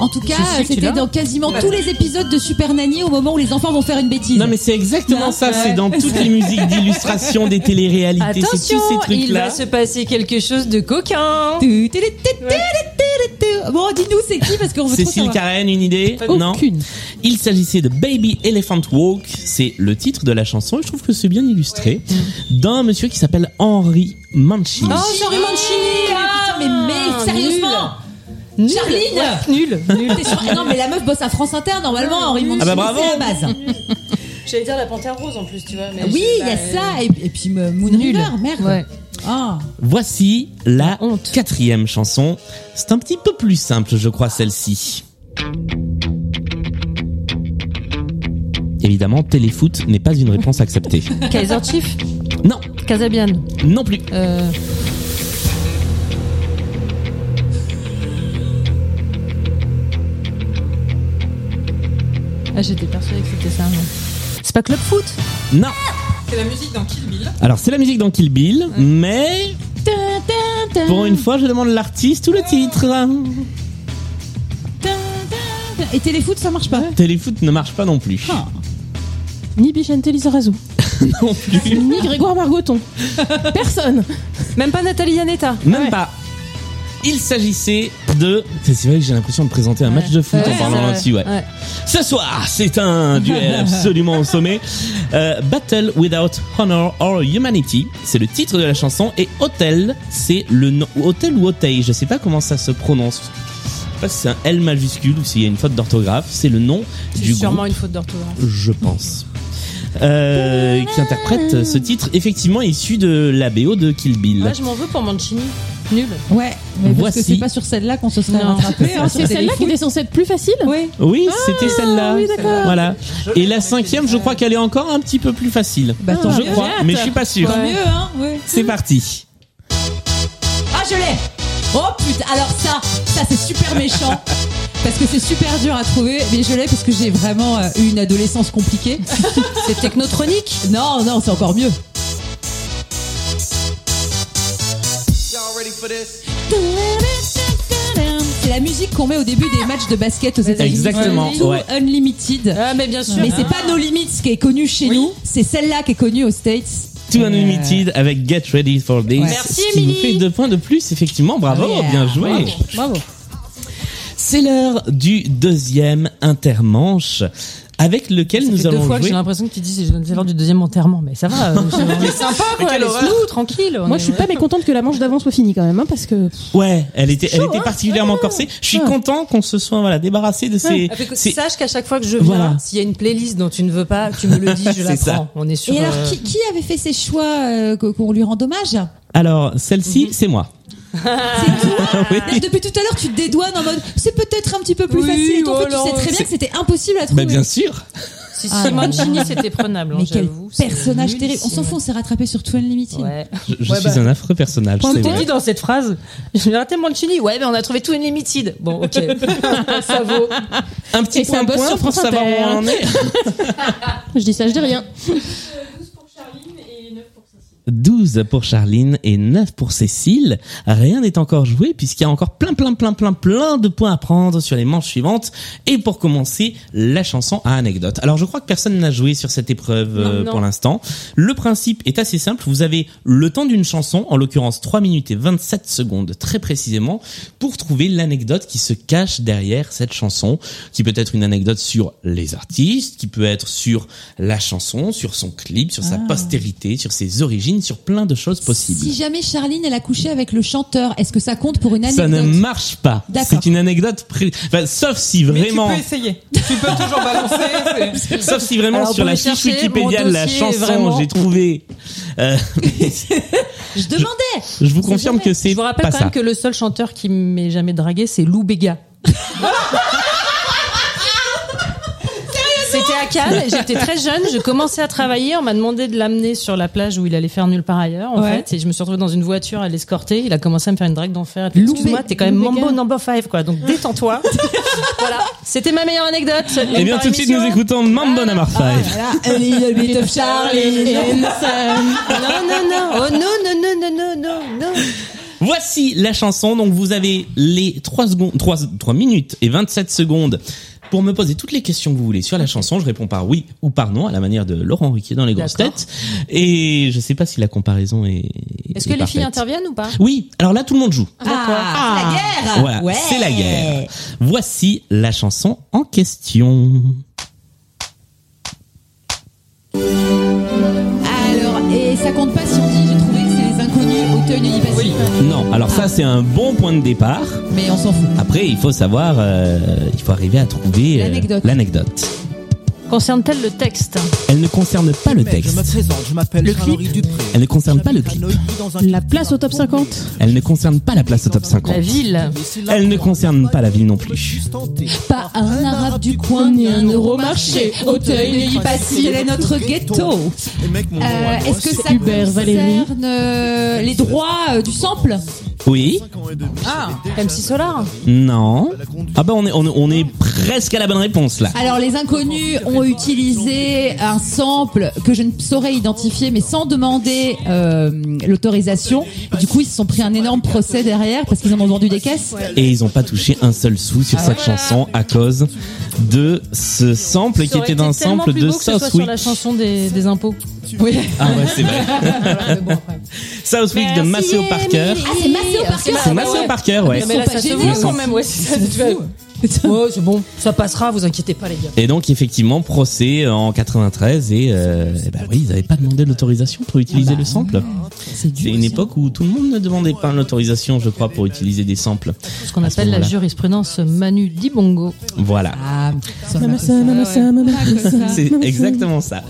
S4: En tout cas,
S2: C'est sûr que tu
S4: c'était
S2: l'as
S4: dans quasiment tous les épisodes de Super Nanny au moment où les enfants vont faire une bêtise.
S1: Non mais c'est exactement
S4: Non,
S1: ça,
S4: ouais.
S1: c'est dans toutes les musiques d'illustration des téléréalités, c'est
S2: Attention,
S1: tous ces trucs
S2: il
S1: là.
S2: va se passer quelque chose de coquin.
S4: Tu, tu, tu, tu, tu, tu, tu. Bon, dis-nous c'est qui parce qu'on veut trop
S1: Cécile
S4: savoir.
S1: Karen, une idée Non.
S4: Aucune.
S1: Il s'agissait de Baby Elephant Walk, c'est le titre de la chanson et je trouve que c'est bien illustré, d'un monsieur qui s'appelle Henry Mancini.
S2: Oh, Jean-Louis Mancini
S4: Ah, mais, mais sérieusement
S2: Nul.
S4: Charline
S2: Ouais, Nul Nul
S4: T'es sûr Non mais la meuf bosse à France Inter normalement Henri Mancini
S1: Ah bah bravo.
S4: c'est la base.
S2: J'allais dire la panthère rose en plus, tu vois. mais je
S4: Oui
S2: sais
S4: il y a
S2: pas, euh,
S4: ça et, et puis euh, Moon
S2: Nul.
S4: River merde.
S2: Ouais.
S4: Ah.
S1: Voici la
S2: honte.
S1: quatrième chanson. C'est un petit peu plus simple, je crois, celle-ci. Évidemment, téléfoot n'est pas une réponse acceptée.
S2: Kaiser Chief
S1: Non,
S2: Casabian
S1: non plus.
S2: euh, Ah, j'étais persuadée que c'était ça, non. C'est pas Club Foot
S1: Non.
S3: C'est la musique dans Kill Bill.
S1: Alors, c'est la musique dans Kill Bill, mais... Pour une fois, je demande l'artiste ou le titre.
S4: Et téléfoot, ça marche pas. Ah.
S1: Téléfoot ne marche pas non plus.
S5: Ni Bichente Lizarazu.
S1: Non plus.
S5: Ni Grégoire Margoton. Personne.
S2: Même pas Nathalie Yanetta.
S1: Même pas. Il s'agissait de. C'est c'est vrai que j'ai l'impression de présenter un match de foot en parlant là-dessus, ouais. Ce soir, c'est un duel absolument au sommet. Euh, Battle Without Honor or Humanity, c'est le titre de la chanson. Et Hotel, c'est le nom. Hotel ou Hotei, je sais pas comment ça se prononce. Je sais pas si c'est un L majuscule ou s'il y a une faute d'orthographe. C'est le nom du
S2: C'est sûrement
S1: groupe
S2: une faute hein. d'orthographe.
S1: je pense. Euh, qui interprète ce titre, effectivement issu de la BO de Kill Bill.
S2: Ouais, je m'en veux pour Mancini. Nul.
S4: Ouais, mais parce
S1: Voici.
S4: que c'est pas sur celle-là qu'on se serait
S2: Non.
S4: rattrapé. hein,
S5: C'est
S4: sur
S5: celle-là qui
S4: téléfoot.
S5: était censée être plus facile
S4: Oui.
S1: Oui,
S2: Ah,
S1: c'était celle-là.
S5: oui, d'accord.
S1: Celle-là. Voilà. Et la cinquième, je crois qu'elle est encore un petit peu plus facile.
S4: Bah, tant
S1: je
S4: mieux.
S1: crois, mais je suis pas sûr.
S4: Tant mieux, hein. ouais.
S1: C'est parti.
S4: Ah, je l'ai Oh putain, alors ça, ça c'est super méchant. Parce que c'est super dur à trouver, mais je l'ai parce que j'ai vraiment euh, eu une adolescence compliquée. c'est technotronique Non, non, c'est encore mieux. C'est la musique qu'on met au début des matchs de basket aux États-Unis.
S1: Exactement,
S4: Tout
S1: ouais.
S4: Unlimited.
S2: Ah, mais bien sûr.
S4: Mais c'est pas No Limits qui est connu chez nous, c'est celle-là qui est connue aux States.
S1: To
S2: Euh.
S1: Unlimited avec Get Ready for This.
S4: Merci,
S1: Ce qui nous fait deux points de plus, effectivement. Bravo,
S4: Yeah.
S1: bien joué.
S4: Bravo.
S1: C'est l'heure du deuxième intermanche avec lequel nous
S2: Ça fait deux
S1: allons
S2: fois que
S1: jouer.
S2: j'ai l'impression que tu dis c'est l'heure du deuxième enterrement, mais ça va. euh, c'est sympa quoi, laisse-nous tranquille. on
S5: Moi,
S2: est-
S5: je suis pas mécontente que la manche d'avant soit finie quand même, hein, parce que
S1: Ouais, elle était, elle
S2: hein.
S1: était particulièrement corsée. Je suis content qu'on se soit voilà débarrassé de ces.
S2: Ah, fait que
S1: ces-
S2: Sache qu'à chaque fois que je viens,
S1: Voilà.
S2: s'il y a une playlist dont tu ne veux pas, tu me le dis, je la
S1: C'est ça.
S2: prends. On est sur.
S4: Et alors,
S2: euh,
S4: qui, qui avait fait ces choix euh, que- qu'on lui rend hommage Ah.
S1: Alors celle-ci,
S2: Mhm.
S1: c'est moi.
S2: Ah,
S4: Là, Depuis tout à l'heure, tu te dédouanes en mode c'est peut-être un petit peu plus
S2: Oui,
S4: facile. Et tout. En fait,
S2: alors,
S4: tu sais très bien
S1: c'est-
S4: que c'était impossible à trouver.
S1: Bah, bien sûr.
S2: Si
S4: Ah,
S2: Simon
S4: non.
S2: Chini, c'était prenable, hein,
S4: Mais quel
S2: j'avoue. c'est
S4: personnage
S2: nul,
S4: terrible. On s'en
S2: Simon.
S4: fout, on s'est rattrapé sur Twin Limited.
S2: Ouais.
S1: Je, je
S2: Ouais,
S1: suis
S2: bah.
S1: un affreux personnage.
S2: Quand
S1: c'est
S2: t'es
S1: vrai.
S2: dit dans cette phrase, j'ai raté Mancini. Ouais, mais on a trouvé tout Unlimited. Bon, ok. ça vaut.
S1: Un petit
S5: Et ça
S1: point
S5: bosse
S1: point
S5: sur
S1: pour
S5: France
S1: savoir où
S5: Inter.
S1: on en est.
S5: je dis ça, je dis rien.
S1: 12 pour Charline et 9 pour Cécile. Rien n'est encore joué puisqu'il y a encore plein plein plein plein plein de points à prendre sur les manches suivantes. Et pour commencer, la chanson à anecdote. Alors je crois que personne n'a joué sur cette épreuve euh,
S2: Non, non.
S1: pour l'instant. Le principe est assez simple. Vous avez le temps d'une chanson, en l'occurrence 3 minutes et 27 secondes très précisément, pour trouver l'anecdote qui se cache derrière cette chanson, qui peut être une anecdote sur les artistes, qui peut être sur la chanson, sur son clip, sur sa
S2: Ah.
S1: postérité, sur ses origines, sur plein de choses possibles.
S4: Si jamais Charline, elle a couché avec le chanteur, est-ce que ça compte pour une
S1: Ça
S4: anecdote
S1: ne marche pas.
S4: D'accord.
S1: C'est une anecdote, pré- enfin, sauf si
S3: Mais
S1: vraiment,
S3: tu peux essayer. Tu peux toujours balancer. c'est-
S1: sauf si vraiment
S2: Alors,
S1: sur
S2: vous
S1: la
S2: pouvez
S1: fiche
S2: chercher,
S1: Wikipédia
S2: mon
S1: de la
S2: dossier est
S1: chanson,
S2: vraiment-
S1: j'ai trouvé. euh,
S4: Je demandais
S1: je vous confirme que c'est
S2: Je vous rappelle
S1: pas
S2: quand même
S1: ça.
S2: que le seul chanteur qui m'ait jamais dragué, c'est Lou Béga. C'était à Cannes, j'étais très jeune, je commençais à travailler, on m'a demandé de l'amener sur la plage où il allait faire nulle part ailleurs, en
S4: Ouais.
S2: fait, et je me suis retrouvée dans une voiture à l'escorter, il a commencé à me faire une drague d'enfer, et puis,
S4: Lou
S2: excuse-moi,
S4: Bé-
S2: t'es quand même
S4: Lou Béga.
S2: mambo number 5, quoi, donc détends-toi. voilà, c'était ma meilleure anecdote.
S1: Et Eh bien tout de suite, nous écoutons Mambo Number
S2: Ah,
S1: 5.
S4: Voilà, a little bit of Charline.
S2: Non, non, non, oh non, non, non, non, non, non, non.
S1: Voici la chanson. Donc vous avez les 3 secondes, 3, minutes et 27 secondes pour me poser toutes les questions que vous voulez sur la chanson. Je réponds par oui ou par non à la manière de Laurent Ruquier dans Les Grosses
S2: D'accord.
S1: Têtes. Et je sais pas si la comparaison est.
S2: Est-ce
S1: est
S2: que les
S1: parfaite.
S2: filles interviennent ou pas
S1: Oui. Alors là, tout le monde joue.
S4: Ah, c'est la guerre
S1: Voilà.
S4: Ouais.
S1: C'est la guerre. Voici la chanson en question.
S4: Alors, et ça compte pas si on dit j'ai trouvé que c'est les inconnus, Auteuil, n'y passe
S1: Non. Alors ça, c'est un bon point de départ.
S4: Mais on s'en fout.
S1: Après, il faut savoir, euh, il faut arriver à trouver euh,
S4: L'anecdote.
S1: l'anecdote.
S2: Concerne-t-elle le texte
S1: Elle ne concerne pas le
S10: Je me
S1: texte.
S10: présente, je m'appelle
S5: Le
S10: Charles-Henri
S5: clip.
S10: Dupré.
S1: Elle ne concerne pas le
S10: J'habite à
S1: clip.
S10: Neuilly dans un
S5: La
S10: quartier
S5: place au top
S10: abandonné.
S5: 50.
S1: Elle ne concerne pas la place au top 50.
S2: La ville
S10: Mais c'est
S1: Elle ne
S10: l'emploi.
S1: concerne pas la ville non plus.
S4: Pas un arabe du coin ni un euromarché. Auteuil, n'y passe il est notre ghetto.
S10: Les mecs m'ont dit,
S4: Euh,
S10: ouais, moi,
S4: Est-ce que
S10: c'est-
S4: ça
S5: Hubert, Valérie.
S4: concerne euh, les droits euh, du sample
S1: Oui
S3: Ah,
S2: M6 Solar
S1: Non Ah bah on est, on, est- on est presque à la bonne réponse là.
S4: Alors, les inconnus ont utilisé un sample que je ne saurais identifier, mais sans demander euh, l'autorisation. Du coup, ils se sont pris un énorme procès derrière parce qu'ils en ont vendu des caisses.
S1: Et ils n'ont pas touché un seul sou
S2: Ah
S1: sur cette chanson à cause de ce sample qui était un sample de
S2: Que ce soit
S1: South
S2: sur
S1: Week.
S2: la chanson des, des impôts.
S4: Oui.
S1: Ah ouais, c'est vrai. South Week de Maceo Parker.
S4: Ah, c'est Maceo Parker.
S1: C'est Maceo Parker, ouais.
S2: mais là,
S4: pas
S2: ça se
S4: gênés,
S2: voit
S4: ils
S2: quand
S4: sont-
S2: même. Ouais, c'est ça. Ouais, c'est bon, ça passera, vous inquiétez pas, les gars.
S1: Et donc effectivement procès euh, en 93 et, euh, eh ben oui ils n'avaient pas demandé l'autorisation pour utiliser le sample. C'est une époque où tout le monde ne demandait pas l'autorisation je crois pour utiliser des samples.
S2: Ce qu'on appelle la
S1: moment-là.
S2: jurisprudence Manu Dibongo.
S1: Voilà.
S4: Ah, ça, on a
S5: Maman,
S4: fait ça.
S5: ça, maman, ça, maman, ça.
S1: C'est exactement ça.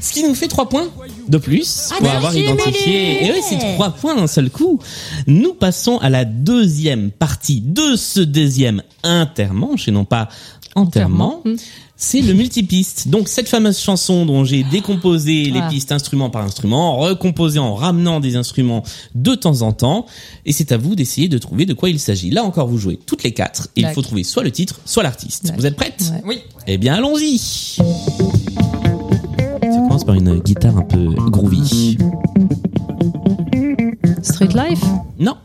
S1: Ce qui nous fait 3 points de
S2: Ah,
S1: plus pour avoir identifié. Et oui, c'est 3 points d'un seul coup. Nous passons à la deuxième partie de ce deuxième intermanche et non pas enterrement.
S2: Hmm.
S1: C'est le multipiste. Donc cette fameuse chanson dont j'ai décomposé les
S2: Ah.
S1: pistes instrument par instrument, recomposé en ramenant des instruments de temps en temps. Et c'est à vous d'essayer de trouver de quoi il s'agit. Là encore, vous jouez toutes les quatre. Et il
S2: D'accord.
S1: faut trouver soit le titre, soit l'artiste. Vous êtes prêtes
S2: Ouais.
S3: oui.
S1: eh bien, allons-y Ça commence par une guitare un peu groovy.
S2: Street Life
S1: Non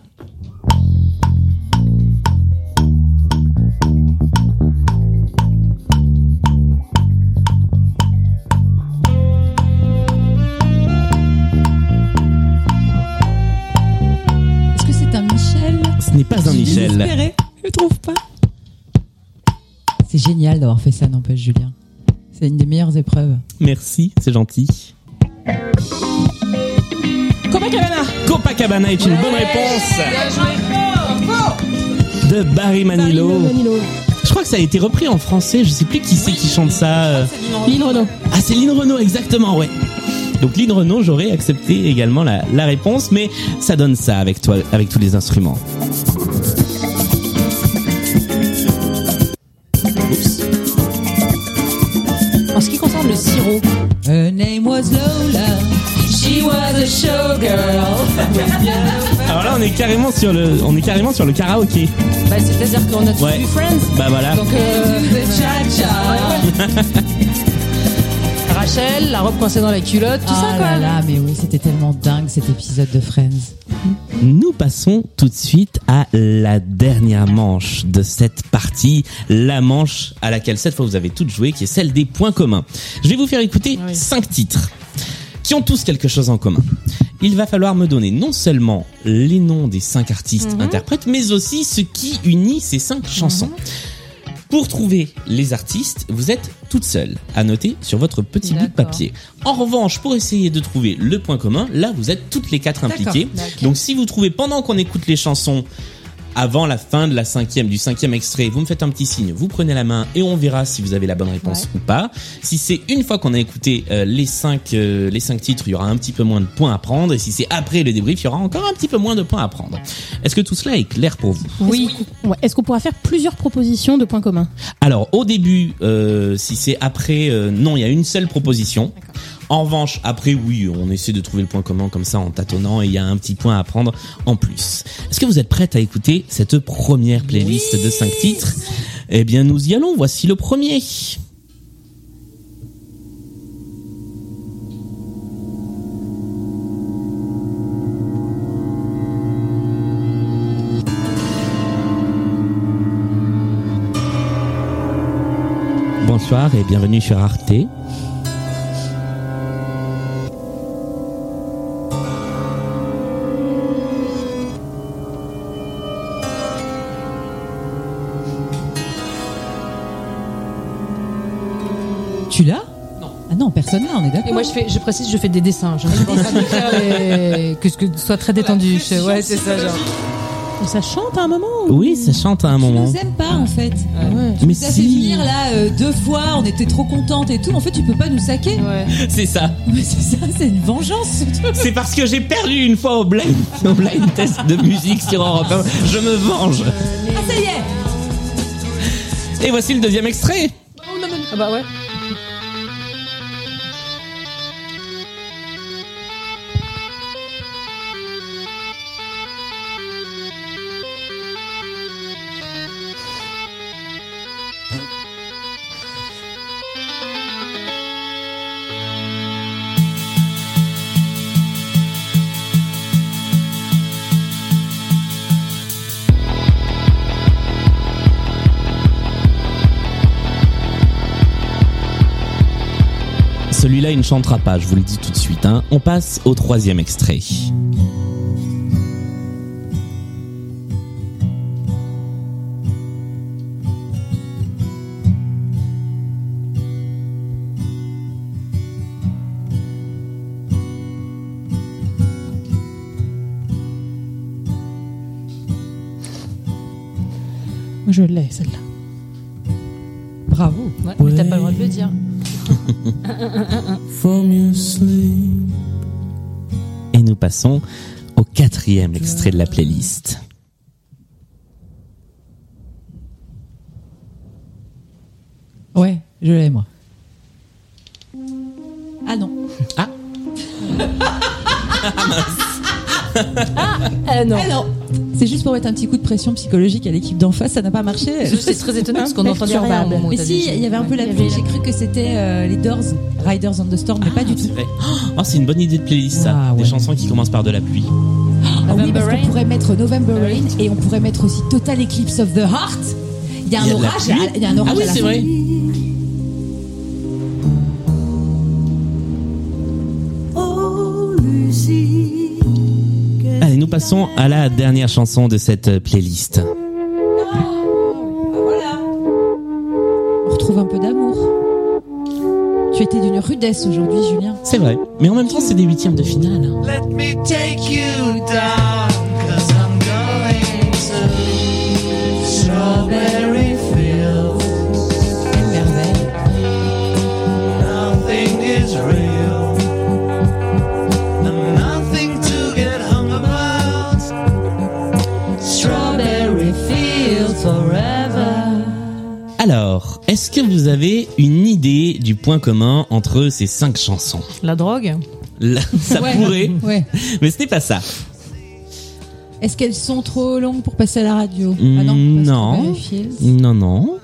S4: Est-ce que c'est un Michel
S1: Ce n'est pas un Michel.
S4: Je trouve pas. C'est génial d'avoir fait ça, n'empêche, Julien. C'est une des meilleures épreuves.
S1: Merci, c'est gentil. Copacabana Copacabana est une bonne réponse de Barry Manilow.
S5: Manilo.
S1: Je crois que ça a été repris en français, je sais plus qui c'est qui chante ça. euh.
S5: Lynn Renaud.
S1: Ah, c'est Lynn Renault, exactement, ouais. Donc Lynn Renault, j'aurais accepté également la, la réponse, mais ça donne ça avec toi, avec tous les instruments. Oups.
S2: En ce qui concerne le sirop,
S4: Her name was Lola. She was a showgirl.
S1: Alors là, on est carrément sur le, on est carrément sur le karaoké.
S2: bah, c'est-à-dire qu'on a tous
S1: Ouais.
S2: vu Friends.
S1: Bah voilà.
S2: Donc, euh, Rachel, la robe coincée dans la culotte, tout ça,
S4: Ah
S2: quoi.
S4: là là, mais oui, c'était tellement dingue cet épisode de Friends.
S1: Nous passons tout de suite à la dernière manche de cette partie, la manche à laquelle cette fois vous avez toutes joué, qui est celle des points communs. Je vais vous faire écouter
S2: Oui.
S1: cinq titres qui ont tous quelque chose en commun. Il va falloir me donner non seulement les noms des cinq
S2: Mhm.
S1: artistes interprètes, mais aussi ce qui unit ces cinq chansons.
S2: Mhm.
S1: Pour trouver les artistes, vous êtes toutes seules à noter sur votre petit bout de
S2: D'accord.
S1: papier. En revanche, pour essayer de trouver le point commun, là vous êtes toutes les quatre impliquées. Donc si vous trouvez pendant qu'on écoute les chansons, avant la fin de la cinquième, du cinquième extrait, vous me faites un petit signe, vous prenez la main et on verra si vous avez la bonne réponse ou pas. Si c'est une fois qu'on a écouté euh, les cinq, euh, les cinq titres, il y aura un petit peu moins de points à prendre. Et si c'est après le débrief, il y aura encore un petit peu moins de points à prendre. Est-ce que tout cela est clair pour vous
S5: Oui. Ouais, Est-ce qu'on pourra faire plusieurs propositions de points communs
S1: Alors au début, euh, si c'est après, euh, non, il y a une seule proposition. En revanche, après, oui, on essaie de trouver le point commun comme ça en tâtonnant et il y a un petit point à prendre en plus. Est-ce que vous êtes prête à écouter cette première playlist de 5 titres Eh bien, nous y allons, voici le premier. Bonsoir et bienvenue sur Arte.
S4: Tu l'as Non. Ah non, personne là, on est d'accord.
S2: Et moi, je, fais, je précise, je fais des dessins. Je ne pense pas me faire les- que ce soit très détendu. Je- Ouais, c'est ça, genre.
S5: Et Ça chante hein, à un moment ou-
S1: Oui, ça chante à un
S4: Tu
S1: moment.
S4: Oh. nous aimes pas en fait.
S5: Ouais.
S1: Mais
S4: Tu nous as fait
S1: si,
S4: venir là euh, deux fois, on était trop contentes et tout. En fait, tu peux pas nous saquer.
S2: Ouais.
S1: c'est ça.
S4: Mais c'est ça, c'est une vengeance. ce truc.
S1: C'est parce que j'ai perdu une fois au blind, au blind test de musique sur Europe 1. Je me venge.
S4: Ah ça y est.
S1: Et voici le deuxième extrait.
S2: Ah bah ouais.
S1: celui-là, il ne chantera pas, je vous le dis tout de suite. hein. On passe au troisième extrait.
S5: Moi, je l'ai, celle-là.
S3: Bravo.
S2: Ouais, Mais t'as pas le droit de le dire.
S1: Et nous passons au quatrième extrait de la playlist.
S8: Ouais, je l'ai, moi.
S4: Ah non.
S2: Ah non.
S4: Ah non. C'est juste pour mettre un petit coup de pression psychologique à l'équipe d'en face, ça n'a pas marché.
S2: C'est très étonnant parce qu'on n'entendait rien au moment où
S4: Mais
S2: t'as
S4: si,
S2: dit ça.
S4: il y avait un peu la
S2: Il y
S4: pluie,
S2: avait
S4: j'ai cru que c'était euh, les Doors, Riders on the Storm, mais pas du tout.
S1: Oh, c'est une bonne idée de playlist, ça.
S8: Ah, ouais.
S1: Des chansons qui commencent par de la pluie.
S4: Ah oui,
S2: November
S4: parce qu'on
S2: Rain.
S4: pourrait mettre November Rain et on pourrait mettre aussi Total Eclipse of the Heart. Il y a un
S1: Il y a de la
S4: orage,
S1: pluie.
S4: à- il y a un orage
S1: Ah oui,
S4: à la
S1: c'est
S4: fin.
S1: vrai. Allez, nous passons à la dernière chanson de cette euh, playlist.
S4: On retrouve un peu d'amour. Tu étais d'une rudesse aujourd'hui, Julien.
S1: C'est vrai. Mais en même temps, c'est des huitièmes de finale.
S6: Let me take you down, cause I'm going to strawberry fields.
S4: Quelle merveille.
S6: Nothing is real. Nothing to get hung about. Strawberry fields forever.
S1: Alors, est-ce que vous avez une idée du point commun entre ces cinq chansons
S2: La drogue
S1: Là, Ça pourrait,
S4: Ouais.
S1: mais ce n'est pas ça.
S4: Est-ce qu'elles sont trop longues pour passer à la radio
S1: Mm,
S4: Ah non.
S1: non.
S4: parce que Fields.
S1: Non, non.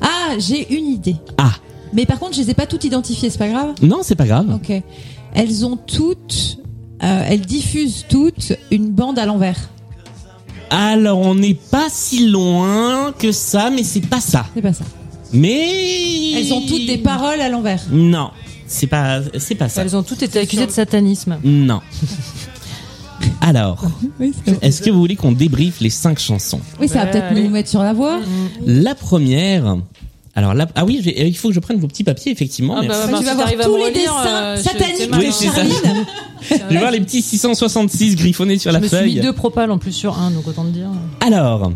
S4: Ah, j'ai une idée.
S1: Ah,
S4: Mais par contre, je les ai pas toutes identifiées, c'est pas grave
S1: non, c'est pas grave.
S4: Ok. Elles ont toutes, euh, elles diffusent toutes une bande à l'envers.
S1: Alors, on n'est pas si loin que ça, mais c'est pas ça.
S4: C'est pas ça.
S1: Mais
S4: Elles ont toutes des paroles à l'envers.
S1: Non, c'est pas, c'est pas ça.
S2: Elles ont toutes été accusées de
S4: Ah,
S2: satanisme.
S4: bah,
S1: Non. Alors,
S4: Oui,
S1: est-ce que vous voulez qu'on débriefe les cinq chansons
S4: ça va
S2: Ouais,
S4: peut-être
S2: allez.
S4: nous mettre sur la voie.
S1: La première. Alors là, ah oui, j'ai- il faut que je prenne vos petits papiers effectivement.
S2: Ah bah,
S1: merci.
S2: bah,
S4: Tu
S2: si
S4: vas voir
S2: t'arrives à
S4: tous
S2: me
S4: les
S2: relire,
S4: dessins
S2: euh, je-
S4: sataniques
S2: c'est
S4: de
S2: malin.
S1: Oui, c'est ça.
S4: Charline.
S1: Je vais voir les petits 666 griffonnés sur
S2: Je
S1: la
S2: me suis
S1: feuille.
S2: mis deux propales en plus sur un, donc autant te dire.
S1: Alors,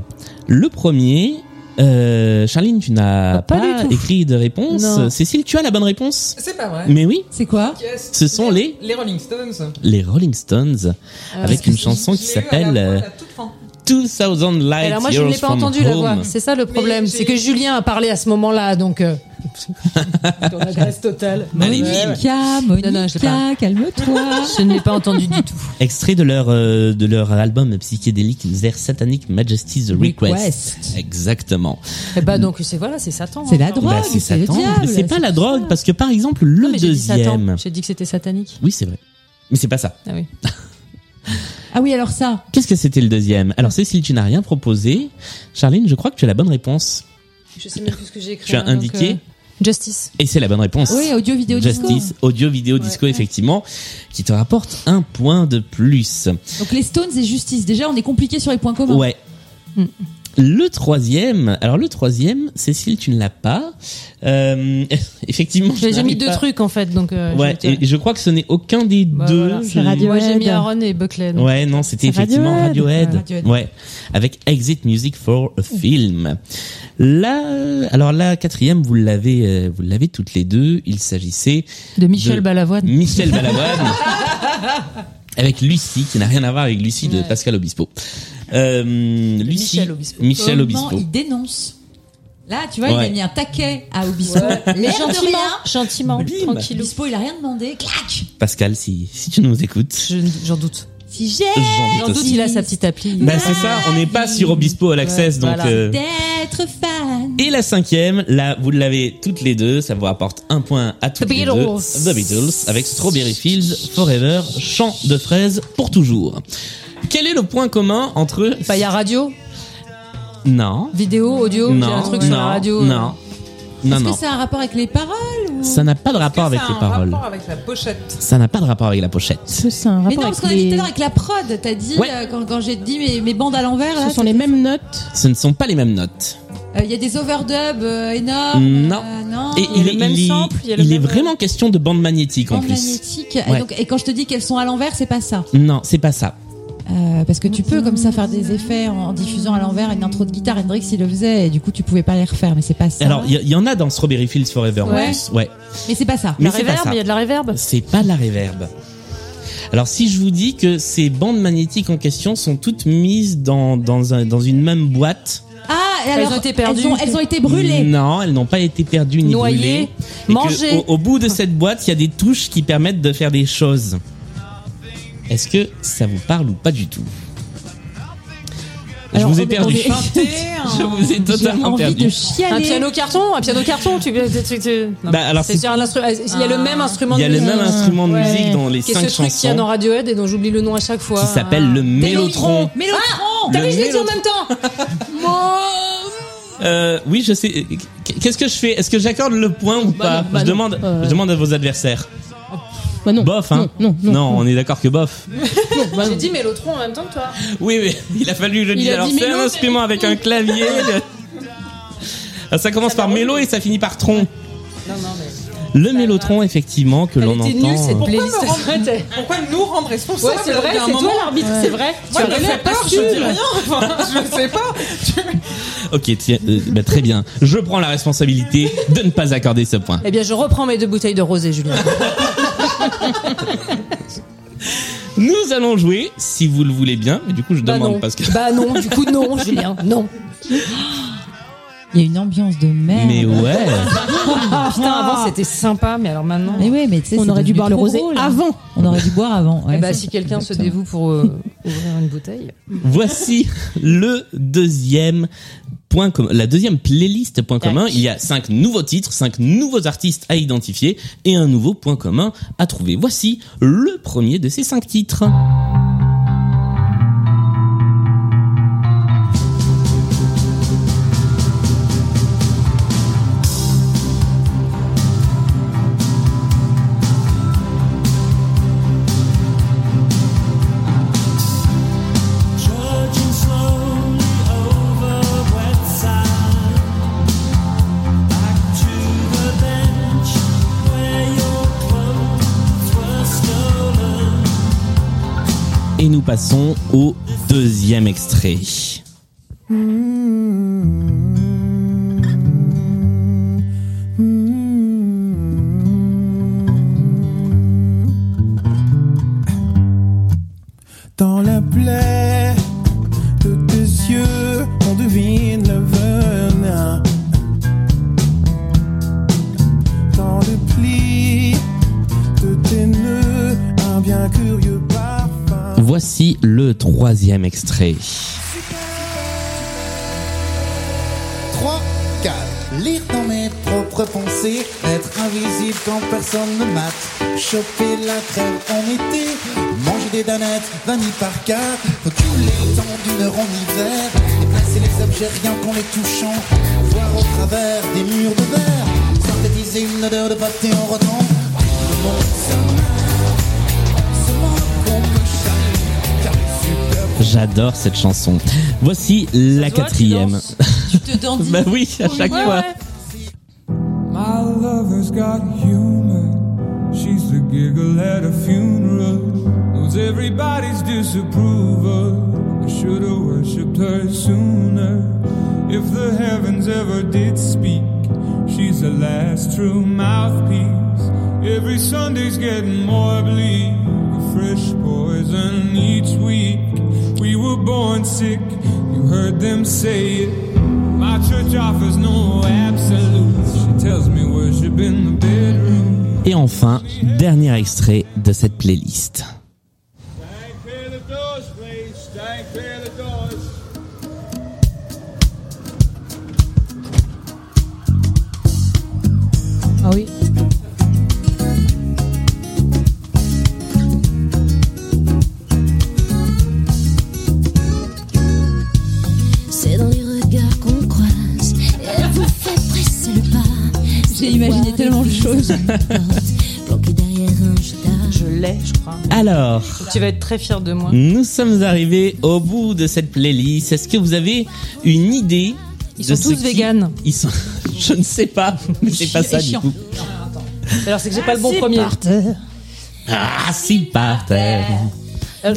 S1: le premier, euh, Charline, tu n'as
S2: Ah,
S1: pas,
S2: pas du tout.
S1: écrit de réponse.
S2: Non.
S1: Cécile, tu as la bonne réponse
S3: C'est pas vrai.
S1: Mais oui,
S4: C'est quoi
S3: Yes.
S1: ce sont les
S3: Les Rolling Stones.
S1: les Rolling Stones
S2: Ah,
S1: avec une chanson qui
S3: Je l'ai eu à la
S1: s'appelle
S3: fois,
S1: euh,
S3: la toute fin.
S1: 2000
S4: Ah,
S1: Lights
S2: Alors moi je ne l'ai
S1: Years
S2: pas
S1: from
S2: entendu la voix,
S1: Home.
S2: c'est ça le problème,
S3: j'ai-
S2: c'est que Julien a parlé à ce moment-là, donc euh,
S3: Ton adresse totale.
S1: Allez,
S3: Ouais,
S1: bim.
S3: ouais.
S4: Monica,
S2: Non, non, je l'ai pas.
S4: Monica, calme-toi.
S2: je ne l'ai pas entendu du tout.
S1: Extrait de leur euh, de leur album psychédélique Their Satanic Majesty's Request.
S4: Request.
S1: Exactement.
S2: Et bah donc c'est voilà, c'est Satan.
S4: C'est
S2: hein.
S4: la drogue,
S1: Bah, c'est
S4: c'est le
S1: Satan.
S4: diable.
S1: Mais c'est pas la drogue parce que par exemple le
S2: Non, mais j'ai dit Satan,
S1: deuxième.
S2: j'ai dit que c'était satanique.
S1: Oui, c'est vrai. Mais c'est pas ça.
S2: Ah oui.
S4: Ah oui, alors ça.
S1: Qu'est-ce que c'était le deuxième Alors Cécile, tu n'as rien proposé. Charline, je crois que tu as la bonne réponse.
S2: Je sais même plus ce que j'ai écrit.
S1: Tu as
S2: hein, donc,
S1: indiqué
S2: euh, Justice.
S1: et c'est la bonne réponse.
S4: Oui, audio, vidéo, disco.
S1: Justice, audio, vidéo, disco, effectivement, qui te rapporte un point de plus.
S4: Donc les Stones et Justice. Déjà, on est compliqué sur les points communs.
S1: Ouais. Le troisième, alors le troisième, Cécile, tu ne l'as pas. Euh, effectivement, je
S2: J'ai j'ai mis
S1: n'arrive
S2: deux
S1: pas.
S2: trucs en fait, donc. euh,
S1: Ouais,
S2: j'ai-
S1: et et je crois que ce n'est aucun des
S2: Bah,
S1: deux.
S2: voilà.
S1: Je-
S5: Radio-
S2: Moi j'ai mis
S5: Radiohead.
S2: Aaron et Buckley. donc.
S1: Ouais, non, c'était
S5: Radiohead.
S1: effectivement Radiohead.
S4: Ouais, Radiohead.
S1: Ouais, avec Exit Music for a Film. Là, alors la quatrième, vous l'avez, euh, vous l'avez toutes les deux. Il s'agissait
S2: De Michel
S1: De-
S2: Balavoine.
S1: Michel Balavoine avec Lucie, qui n'a rien à voir avec Lucie de Pascal Obispo. Euh, Lucie,
S2: Michel Obispo.
S1: Michel
S4: Comment
S1: Obispo.
S4: il dénonce. Là, tu vois, il
S1: Ouais.
S4: a mis un taquet à Obispo. Les gens de
S2: Gentiment,
S4: rien.
S2: gentiment,
S1: Bim.
S2: tranquillou.
S4: Obispo, il a rien demandé. Clac
S1: Pascal, si, si tu nous écoutes,
S2: Je- J'en doute.
S4: Si j'ai
S1: j'en doute
S2: J'en doute,
S1: aussi.
S2: il a sa petite appli.
S1: Bah, c'est ça, on n'est pas sur Obispo à l'Access,
S2: Ouais,
S1: donc...
S2: voilà.
S1: euh,
S4: d'être fan.
S1: Et la cinquième, là, vous l'avez toutes les deux, ça vous rapporte un point à toutes
S2: The
S1: les deux.
S2: Beatles.
S1: The Beatles, avec Strawberry Fields, Forever, Chant de fraises pour toujours. Quel est le point commun entre...
S2: Bah, il y a radio,
S1: Non.
S2: vidéo, audio, il y a
S1: Non.
S2: Oh, un truc sur
S1: non,
S2: la radio. euh,
S1: Non. Non,
S4: Est-ce que
S1: non.
S4: ça a un rapport avec les paroles ou...
S1: Ça n'a pas de rapport
S3: Est-ce
S1: avec
S3: que ça
S1: les
S3: a un
S1: paroles.
S3: rapport avec la pochette.
S1: Ça n'a pas de rapport avec la pochette.
S5: Est-ce que c'est un rapport
S4: Mais non, parce
S5: avec
S4: qu'on a dit
S5: les...
S4: tout à l'heure avec la prod, t'as dit,
S1: Ouais.
S4: euh, quand, quand j'ai dit mes, mes bandes à l'envers, là,
S5: Ce sont les mêmes notes.
S1: Ce ne sont pas les mêmes notes.
S4: euh, il y a des overdubs euh, énormes.
S1: Non.
S4: euh, non.
S1: Et
S4: Et...
S1: il,
S2: le
S1: est-
S2: même
S1: il est-
S2: sample, il y a le
S1: il est
S2: même-
S1: vraiment question de bande magnétique en plus.
S4: magnétique. Et,
S1: Ouais.
S4: donc, et quand je te dis qu'elles sont à l'envers, c'est pas ça.
S1: Non, c'est pas ça.
S4: Euh, parce que tu peux comme ça faire des effets en, en diffusant à l'envers une intro de guitare. Hendrix, il le faisait et du coup, tu pouvais pas les refaire, mais c'est pas ça.
S1: Alors, il y, il y en a dans Strawberry Fields Forever en
S4: Ouais.
S1: plus. Ouais.
S4: Mais c'est pas ça.
S1: Mais
S2: La
S1: c'est pas
S2: reverb,
S1: ça.
S2: il y a de la reverb.
S1: C'est pas de la réverb. Alors si je vous dis que ces bandes magnétiques en question sont toutes mises dans, dans, un- dans une même boîte,
S4: Ah, et alors,
S2: ont été perdues.
S4: Elles ont, elles ont été brûlées.
S1: non, elles n'ont pas été perdues ni
S2: Noyées,
S1: brûlées. Et que
S2: mangées.
S1: Au, au bout de cette boîte, il y a des touches qui permettent de faire des choses. Est-ce que ça vous parle ou pas du tout
S5: Alors,
S1: Je vous ai
S5: on est-
S1: perdu.
S5: on
S3: hein
S1: Je vous ai
S4: J'ai
S1: totalement
S4: envie
S1: perdu.
S4: de
S2: Un
S4: chialer.
S2: piano carton, un piano carton, tu. tu- tu- tu- non,
S1: Bah, alors,
S2: hein. c'est
S1: c'est-
S2: sur un instru- euh, Il y a le même instrument
S1: Il
S2: de
S1: y a le
S2: musique.
S1: même instrument de
S5: Ouais.
S1: musique dans les
S2: Qu'est-ce
S1: cinq
S2: que ce truc qu'il y a dans
S1: chansons
S2: Radiohead et dont j'oublie le nom à chaque fois Ah.
S1: qui s'appelle le mélotron.
S4: Mélotron
S1: Le
S4: T'as vu, je l'ai dit en
S1: mélotron.
S4: même temps
S1: Euh, oui, je sais. Qu'est-ce que je fais Est-ce que j'accorde le point ou pas
S5: non,
S1: Je
S5: bah non.
S1: demande.
S5: Euh.
S1: Je demande à vos adversaires.
S5: Bah non.
S1: Bof, hein
S5: Non, non, non.
S1: on est d'accord que bof.
S5: Bah
S2: J'ai
S5: non.
S2: dit Mélotron en même temps que toi.
S1: Oui, mais il a fallu que je le dise.
S2: a
S1: Alors,
S2: dit
S1: c'est un
S2: mélo,
S1: instrument avec un clavier. Ah, ça commence par mélo et ça finit par tron. Le mélotron, effectivement, que
S2: Elle
S1: l'on
S2: était
S1: entend.
S2: nulle cette
S1: euh,
S2: playlist.
S3: me rendre-
S2: Ouais, t'es-
S3: Pourquoi nous rendre responsables
S2: Ouais, c'est vrai,
S3: d'un
S2: c'est toi
S3: moment
S2: l'arbitre, c'est vrai. tu
S3: Moi, elle me
S2: relèves
S3: fait
S2: pas
S3: peur,
S2: sûr.
S3: je dis rien. Enfin, je sais pas.
S1: Ok, tiens, euh, bah, très bien. Je prends la responsabilité de ne pas accorder ce point.
S2: Eh bien, je reprends mes deux bouteilles de rosé, Julien.
S1: Nous allons jouer, si vous le voulez bien. Mais du coup, je
S2: bah
S1: demande
S2: non.
S1: parce que.
S2: Bah non, du coup non, Julien, non.
S4: Il y a une ambiance de
S2: Eh.
S4: merde.
S1: Mais ouais.
S2: Ah, Putain, avant c'était sympa, mais alors maintenant.
S4: Mais ouais, mais tu sais,
S5: On
S4: c'est
S5: aurait dû
S4: devenu
S5: boire le
S4: trop
S5: rosé
S4: drôle.
S5: avant.
S4: On aurait dû boire avant. ouais,
S2: Eh bah,
S4: c'est
S2: si
S4: ça.
S2: quelqu'un se
S4: Exactement.
S2: dévoue pour euh, ouvrir une bouteille.
S1: Voici le deuxième point commun, la deuxième playlist point commun. Il y a cinq nouveaux titres, cinq nouveaux artistes à identifier et un nouveau point commun à trouver. Voici le premier de ces cinq titres.
S6: Trudging slowly over wet sand, back to the bench where your clothes were stolen.
S1: Et nous passons au deuxième extrait.
S6: Dans la plaie de tes yeux, on devine le venin. Dans le pli de tes nœuds, un bien curieux parfum.
S1: Voici le troisième extrait.
S10: 3, 4. Lire dans mes propres pensées, être invisible quand personne me mate, choper la crève en été, manger des danettes, vanille par quart, reculer dans d'une heure en hiver, déplacer les objets rien qu'en les touchant, voir au travers des murs de verre, synthétiser une odeur de pâté en rotant. Tout le monde se marre, on se marre qu'on peut charmer, car les super
S1: J'adore cette chanson. Voici la
S2: se voit, tu
S1: quatrième.
S2: danses
S4: Tu te dandines.
S1: Bah oui, à chaque
S2: Ouais,
S1: fois.
S2: ouais.
S7: My lover's got humor. She's the giggle at a funeral. Knows everybody's disapproval. I should've worshipped her sooner. If the heavens ever did speak, she's the last true mouthpiece. Every Sunday's getting more bleak. A fresh poison each week. We were born sick, you heard them say it. My church offers no absolutes. She tells me worship in the bedroom.
S1: Et enfin, dernier extrait de cette playlist.
S7: Stank, clear the doors, please. Stank, clear the doors.
S2: Ah oui.
S11: C'est dans les regards qu'on croise. Elle vous fait presser le pas.
S4: J'ai imaginé tellement de choses.
S2: Je l'ai, je crois.
S1: Alors,
S2: Tu vas être très fier de moi.
S1: nous sommes arrivés au bout de cette playlist. Est-ce que vous avez une idée
S2: Ils
S1: de
S2: sont
S1: ce
S2: tous
S1: qui-
S2: véganes.
S1: Ils sont. Je ne sais pas, mais c'est pas ça du coup.
S2: Alors c'est que j'ai pas le bon premier.
S1: Ah, si par terre.
S2: Euh,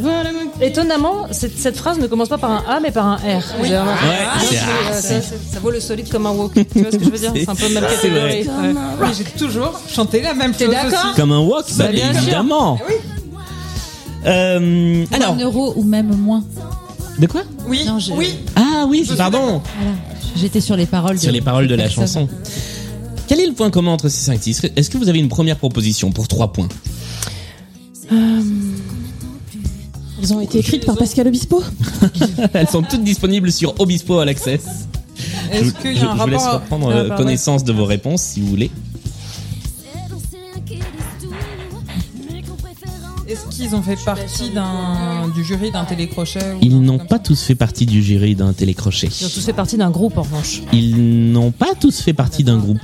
S2: Étonnamment, cette, cette phrase ne commence pas par un A mais par un R.
S1: Oui.
S2: Genre,
S1: Ouais,
S2: ah,
S1: c'est
S2: euh,
S1: ah,
S2: ça,
S1: c'est-
S2: c'est- ça vaut le solide comme un wok. Tu vois ce que je veux dire C'est un peu la même
S1: C'est
S2: catégorie.
S1: vrai.
S2: Ouais.
S3: Oui, j'ai toujours chanté la même chose.
S2: d'accord
S3: aussi.
S1: Comme un wok, bah,
S3: bien sûr.
S1: évidemment. Euh, alors,
S4: Un euro ou même moins.
S1: de quoi
S3: Oui,
S4: Non, je-
S3: oui.
S1: Ah oui, pardon.
S4: Voilà. J'étais sur les paroles. de-
S1: Sur les paroles de la
S4: personne.
S1: chanson. Quel est le point commun entre ces cinq titres Est-ce que vous avez une première proposition pour trois points
S5: Elles ont été écrites par Pascal Obispo.
S1: Elles sont toutes disponibles sur Obispo à l'accès. Je,
S3: Est-ce qu'il y
S1: je-
S3: a un
S1: je vous laisse
S3: rapport
S1: reprendre
S2: Ah,
S1: euh,
S2: bah,
S1: connaissance de vos réponses si vous voulez.
S3: Est-ce qu'ils ont fait partie d'un du jury d'un télécrochet ou
S1: Ils
S3: d'un
S1: n'ont
S3: truc
S1: pas tous fait partie du jury d'un télécrochet.
S2: Ils ont tous fait partie d'un groupe en revanche.
S1: Ils n'ont pas tous fait partie d'un groupe.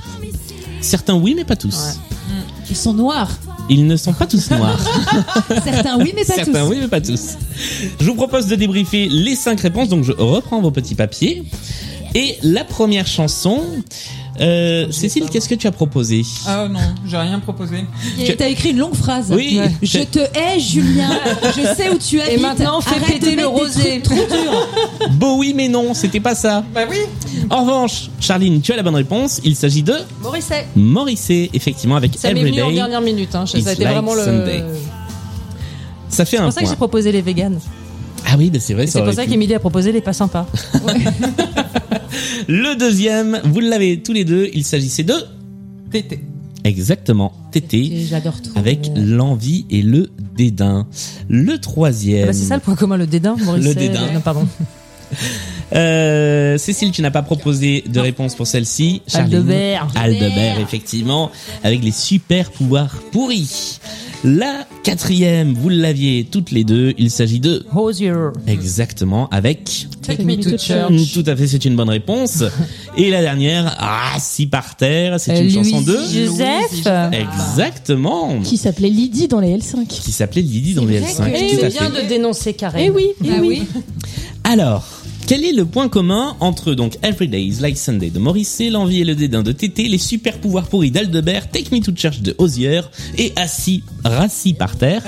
S1: Certains oui, mais pas tous.
S4: Ils sont noirs.
S1: Ils ne sont pas tous noirs.
S4: Certains oui, mais pas tous.
S1: Certains oui, mais pas tous. Je vous propose de débriefer les cinq réponses, donc je reprends vos petits papiers. Et la première chanson, euh, Cécile, qu'est-ce que tu as proposé
S3: comme ça Ah non, j'ai rien proposé.
S4: Et
S1: Je-
S4: T'as écrit une longue phrase.
S1: Oui,
S4: Ouais.
S1: je-
S4: Je te hais, Julien. Je sais où tu habites.
S2: maintenant, fais
S4: Arrête de
S2: péter le
S4: mettre des
S2: rosé.
S4: trucs Trop dur.
S1: Bowie, mais non, c'était pas ça.
S3: Bah oui.
S1: En revanche, Charline, tu as la bonne réponse. Il s'agit de
S2: Morrissey.
S1: Morrissey, effectivement, avec
S2: Ça m'est venu en
S1: Everyday.
S2: dernière minute. Hein. Ça
S1: It's
S2: a été
S1: like
S2: vraiment le.
S1: Sunday. Ça fait
S2: C'est
S1: un
S2: pour ça que j'ai
S1: point.
S2: proposé les véganes.
S1: Ah oui, bah c'est vrai,
S2: Et
S1: ça
S2: C'est pour
S1: aurait
S2: ça
S1: pu.
S2: qu'Emilie a proposé les pas sympas.
S1: Le deuxième, vous l'avez tous les deux, il s'agissait de...
S3: Tété.
S1: Exactement,
S4: Et
S1: Tété,
S4: J'adore trop.
S1: avec l'envie et le dédain. Le troisième...
S2: Bah, c'est ça le point commun, le dédain. Morrissey.
S1: Le dédain.
S2: Non, pardon.
S1: Euh, Cécile, tu n'as pas proposé de réponse pour celle-ci. Charline.
S2: Aldebert.
S1: Aldebert, effectivement, avec les super pouvoirs pourris. La quatrième, vous l'aviez toutes les deux, il s'agit de...
S2: Hosier.
S1: Exactement, avec...
S3: Take me to
S1: Mm,
S3: church.
S1: Tout à fait, c'est une bonne réponse. Et la dernière, Ah, si par terre, c'est une
S2: Euh,
S1: chanson
S2: Louis Euh,
S1: de...
S2: Joseph.
S1: Exactement.
S5: Qui s'appelait Lydie dans les L5.
S1: Qui s'appelait Lydie dans les L5.
S2: C'est
S1: Tout à
S2: bien
S1: fait.
S2: de dénoncer Karen.
S5: Eh oui, eh
S3: Bah
S5: oui.
S3: oui.
S1: Alors, quel est le point commun entre donc Everyday is Like Sunday de Morrissey, L'envie et le dédain de Tété, les super pouvoirs pourris d'Aldebert, Take Me to Church de Osier et Assis, rassis par terre,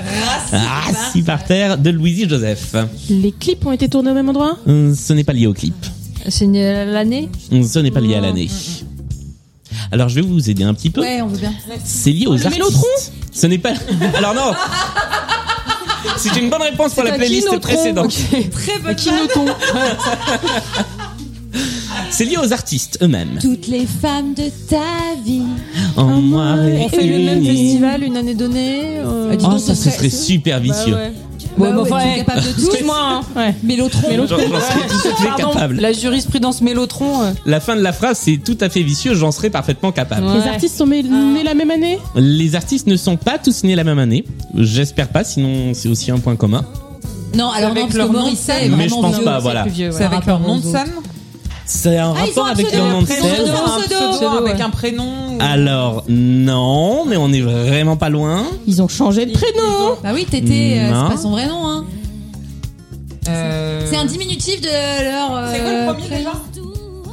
S1: rassis par terre de Louisie Joseph.
S5: Les clips ont été tournés au même endroit
S1: Hum, Ce n'est pas lié au clip.
S2: C'est une- euh, l'année
S1: Hum, Ce n'est pas lié à l'année. Alors je vais vous aider un petit peu.
S2: Eh,
S4: Ouais, on veut bien.
S1: C'est lié aux artistes. Ce n'est pas. Alors non. C'est une bonne réponse pour la playlist précédente.
S3: Très bonne
S1: C'est lié aux artistes eux-mêmes.
S4: Toutes les femmes de ta vie.
S1: En moi,
S2: Ah, On fait le même festival une année donnée. euh,
S4: Ah, dis
S1: Oh,
S4: donc,
S1: ça,
S4: ce
S1: ce serait
S4: serait-
S1: super
S2: bah
S1: vicieux.
S2: ouais.
S4: Bah
S2: bah,
S4: ouais,
S2: enfin,
S4: tu es
S2: eh,
S4: capable de tout.
S2: Excuse-moi. hein.
S4: Mélotron.
S1: J'en j'en serais tout à fait
S2: Pardon,
S1: capable. La...
S2: La jurisprudence Mélotron. euh,
S1: fin de la phrase, c'est tout à fait vicieux, j'en serais parfaitement capable.
S2: Ouais.
S5: Les artistes sont mé- nés la même année
S1: Les artistes ne sont pas tous nés la même année. J'espère pas, sinon c'est aussi un point commun.
S4: Non, alors non,
S3: Avec
S4: parce
S3: leur
S4: que
S3: nom de
S4: Morrissey est
S3: scène.
S1: Mais je
S4: vraiment
S1: pense
S4: vieux.
S1: pas, voilà.
S2: plus vieux, ouais.
S3: C'est avec leur nom de
S4: Par
S3: Sam
S1: C'est un
S4: Ah, ils ont
S1: rapport avec
S4: absolument
S1: leur nom de
S4: pris
S1: scène.
S4: nom.
S3: Un
S4: pseudo.
S3: pseudo avec
S2: Ouais.
S3: un prénom.
S1: Ah.
S3: ou-
S1: Alors, non, mais on est vraiment pas loin.
S5: Ils ont changé de prénom
S4: Bah oui, Tété, euh,
S1: Non.
S4: c'est pas son vrai nom. Hein.
S3: Euh,
S4: C'est un diminutif de leur. euh,
S3: C'est quoi le premier déjà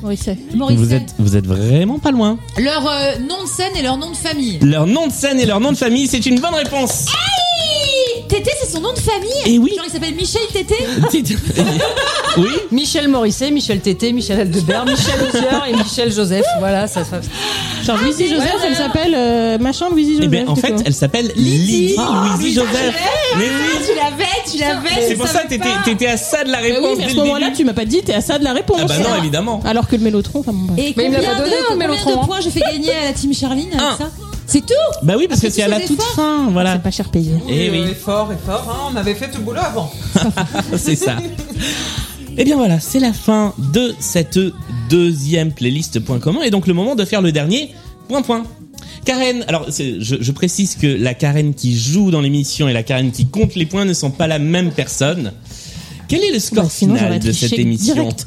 S5: Morrissey.
S4: Morrissey.
S1: Vous êtes, vous êtes vraiment pas loin.
S4: Leur euh, nom de scène et leur nom de famille.
S1: Leur nom de scène et leur nom de famille, c'est une bonne réponse.
S4: Tété, c'est son nom de famille
S1: Eh oui.
S4: Genre, il s'appelle Michel Tété
S1: oui. eh
S2: Michel Morrissey, Michel Tété, Michel Aldebert, Michel Osier et Michel Joseph. Voilà, ça ça-
S5: Genre Louisie Joseph, elle s'appelle euh, machin Louisie Joseph.
S1: Eh ben, en
S5: du
S1: fait,
S5: coup.
S1: elle s'appelle Lydie
S4: Ah, Eh,
S1: Louisie Joseph. Mais oui.
S4: Tu l'avais, tu l'avais
S1: C'est pour ça que t'étais, t'étais à ça de la
S5: Mais
S1: réponse.
S5: oui, mais à
S1: dès
S5: ce
S1: le
S5: moment-là,
S1: début.
S5: tu m'as pas dit, t'es à ça de la réponse.
S1: Ah bah non, évidemment.
S5: Alors que le Mélotron, enfin bon, bref.
S4: Et
S2: Mais il
S4: combien,
S2: me l'a pas donné,
S4: de,
S2: hein,
S4: combien
S2: Mélotron,
S4: de points j'ai fait gagner à la team Charline avec
S1: Un.
S4: ça C'est tout
S1: Bah oui, parce
S4: Après
S1: que c'est
S4: tous
S1: à
S4: ces
S1: la toute
S4: efforts.
S1: fin, voilà.
S5: C'est pas cher payé.
S1: Eh oui.
S3: Et fort, et fort. hein, On avait fait tout le boulot avant.
S1: C'est ça. Et bien voilà, c'est la fin de cette deuxième playlist point commun et donc le moment de faire le dernier point point. Karen, alors c'est- je, je précise que la Karen qui joue dans l'émission et la Karen qui compte les points ne sont pas la même personne. Quel est le score
S5: Bah, sinon,
S1: final
S5: j'aurais
S1: de
S5: triché
S1: cette émission
S5: direct.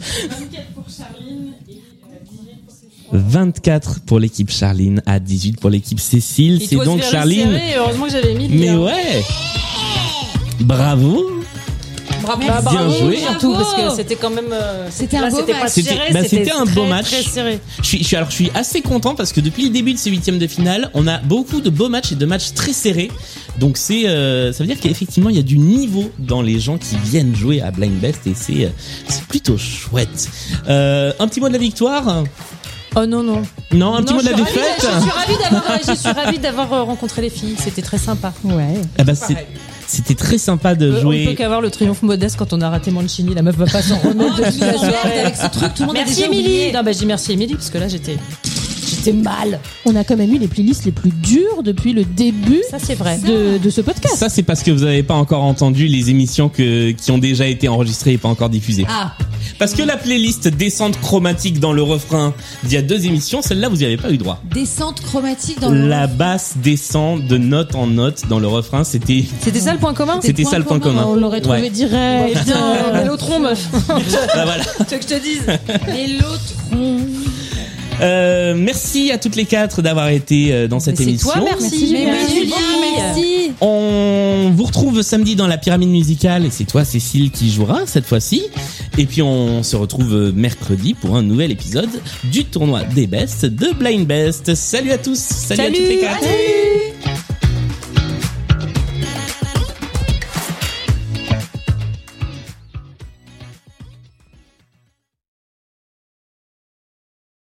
S1: 24 pour l'équipe Charline, à 18 pour l'équipe Cécile.
S2: Il
S1: C'est
S2: doit se
S1: donc
S2: faire le
S1: Charline.
S2: serrer, heureusement que j'avais mis le
S1: Mais
S2: lien.
S1: ouais Bravo
S2: Bravo,
S1: Bien
S2: bravo,
S1: joué.
S2: surtout
S1: Bravo.
S2: parce que c'était quand même. euh,
S4: C'était un
S2: là,
S4: beau
S2: c'était pas
S4: match.
S1: C'était
S2: serré,
S1: bah,
S2: c'était
S1: c'était un
S2: très,
S1: beau match.
S2: Très serré.
S1: Je suis, je suis- alors je suis assez content parce que depuis le début de ce huitième de finale, on a beaucoup de beaux matchs et de matchs très serrés. Donc c'est, euh, ça veut dire qu'effectivement il y a du niveau dans les gens qui viennent jouer à Blind Best et c'est, euh, c'est plutôt chouette. Euh, un petit mot de la victoire
S2: Oh non non.
S1: Non, un petit
S2: Non,
S1: mot de la
S2: je suis ravie-
S1: défaite.
S2: Je suis ravie d'avoir- je suis ravie d'avoir euh, rencontré les filles. C'était très sympa. Ouais.
S1: Ah bah, c'est- c'était très sympa de
S2: Euh, On ne peut
S1: jouer.
S2: qu'avoir le triomphe modeste quand on a raté Mancini. La meuf va pas s'en
S4: Oh,
S2: remettre de toute la soirée.
S4: Avec ce truc, tout le monde a
S2: merci
S4: déjà oublié.
S2: Émilie. Non, bah, j'ai merci Émilie parce que là j'étais, j'étais mal.
S5: On a quand même eu les playlists les plus dures depuis le début
S2: Ça c'est vrai.
S5: de, de ce podcast.
S1: Ça c'est parce que vous n'avez pas encore entendu les émissions que, qui ont déjà été enregistrées et pas encore diffusées.
S4: Ah,
S1: Parce que la playlist descente chromatique dans le refrain d'il y a deux émissions, celle-là vous n'y avez pas eu droit.
S4: descente chromatique dans le.
S1: La basse descend de note en note dans le refrain, c'était
S2: C'était ça le point commun.
S1: c'était ça le point commun.
S5: On l'aurait trouvé
S1: Ouais.
S5: direct.
S2: Putain, Mélotron meuf.
S1: Bah voilà.
S2: Tu veux que je te dise
S4: Mélotron.
S1: Euh, merci à toutes les quatre d'avoir été euh, dans cette
S2: Mais C'est
S1: émission.
S2: toi merci.
S5: Julien.
S4: Mais
S5: Merci
S4: Julien, merci.
S1: On vous retrouve samedi dans la pyramide musicale et c'est toi Cécile qui jouera cette fois-ci. Et puis on se retrouve euh, mercredi pour un nouvel épisode du tournoi des bestes de Blind Best. Salut à tous, salut, à toutes les quatre.
S2: Salut.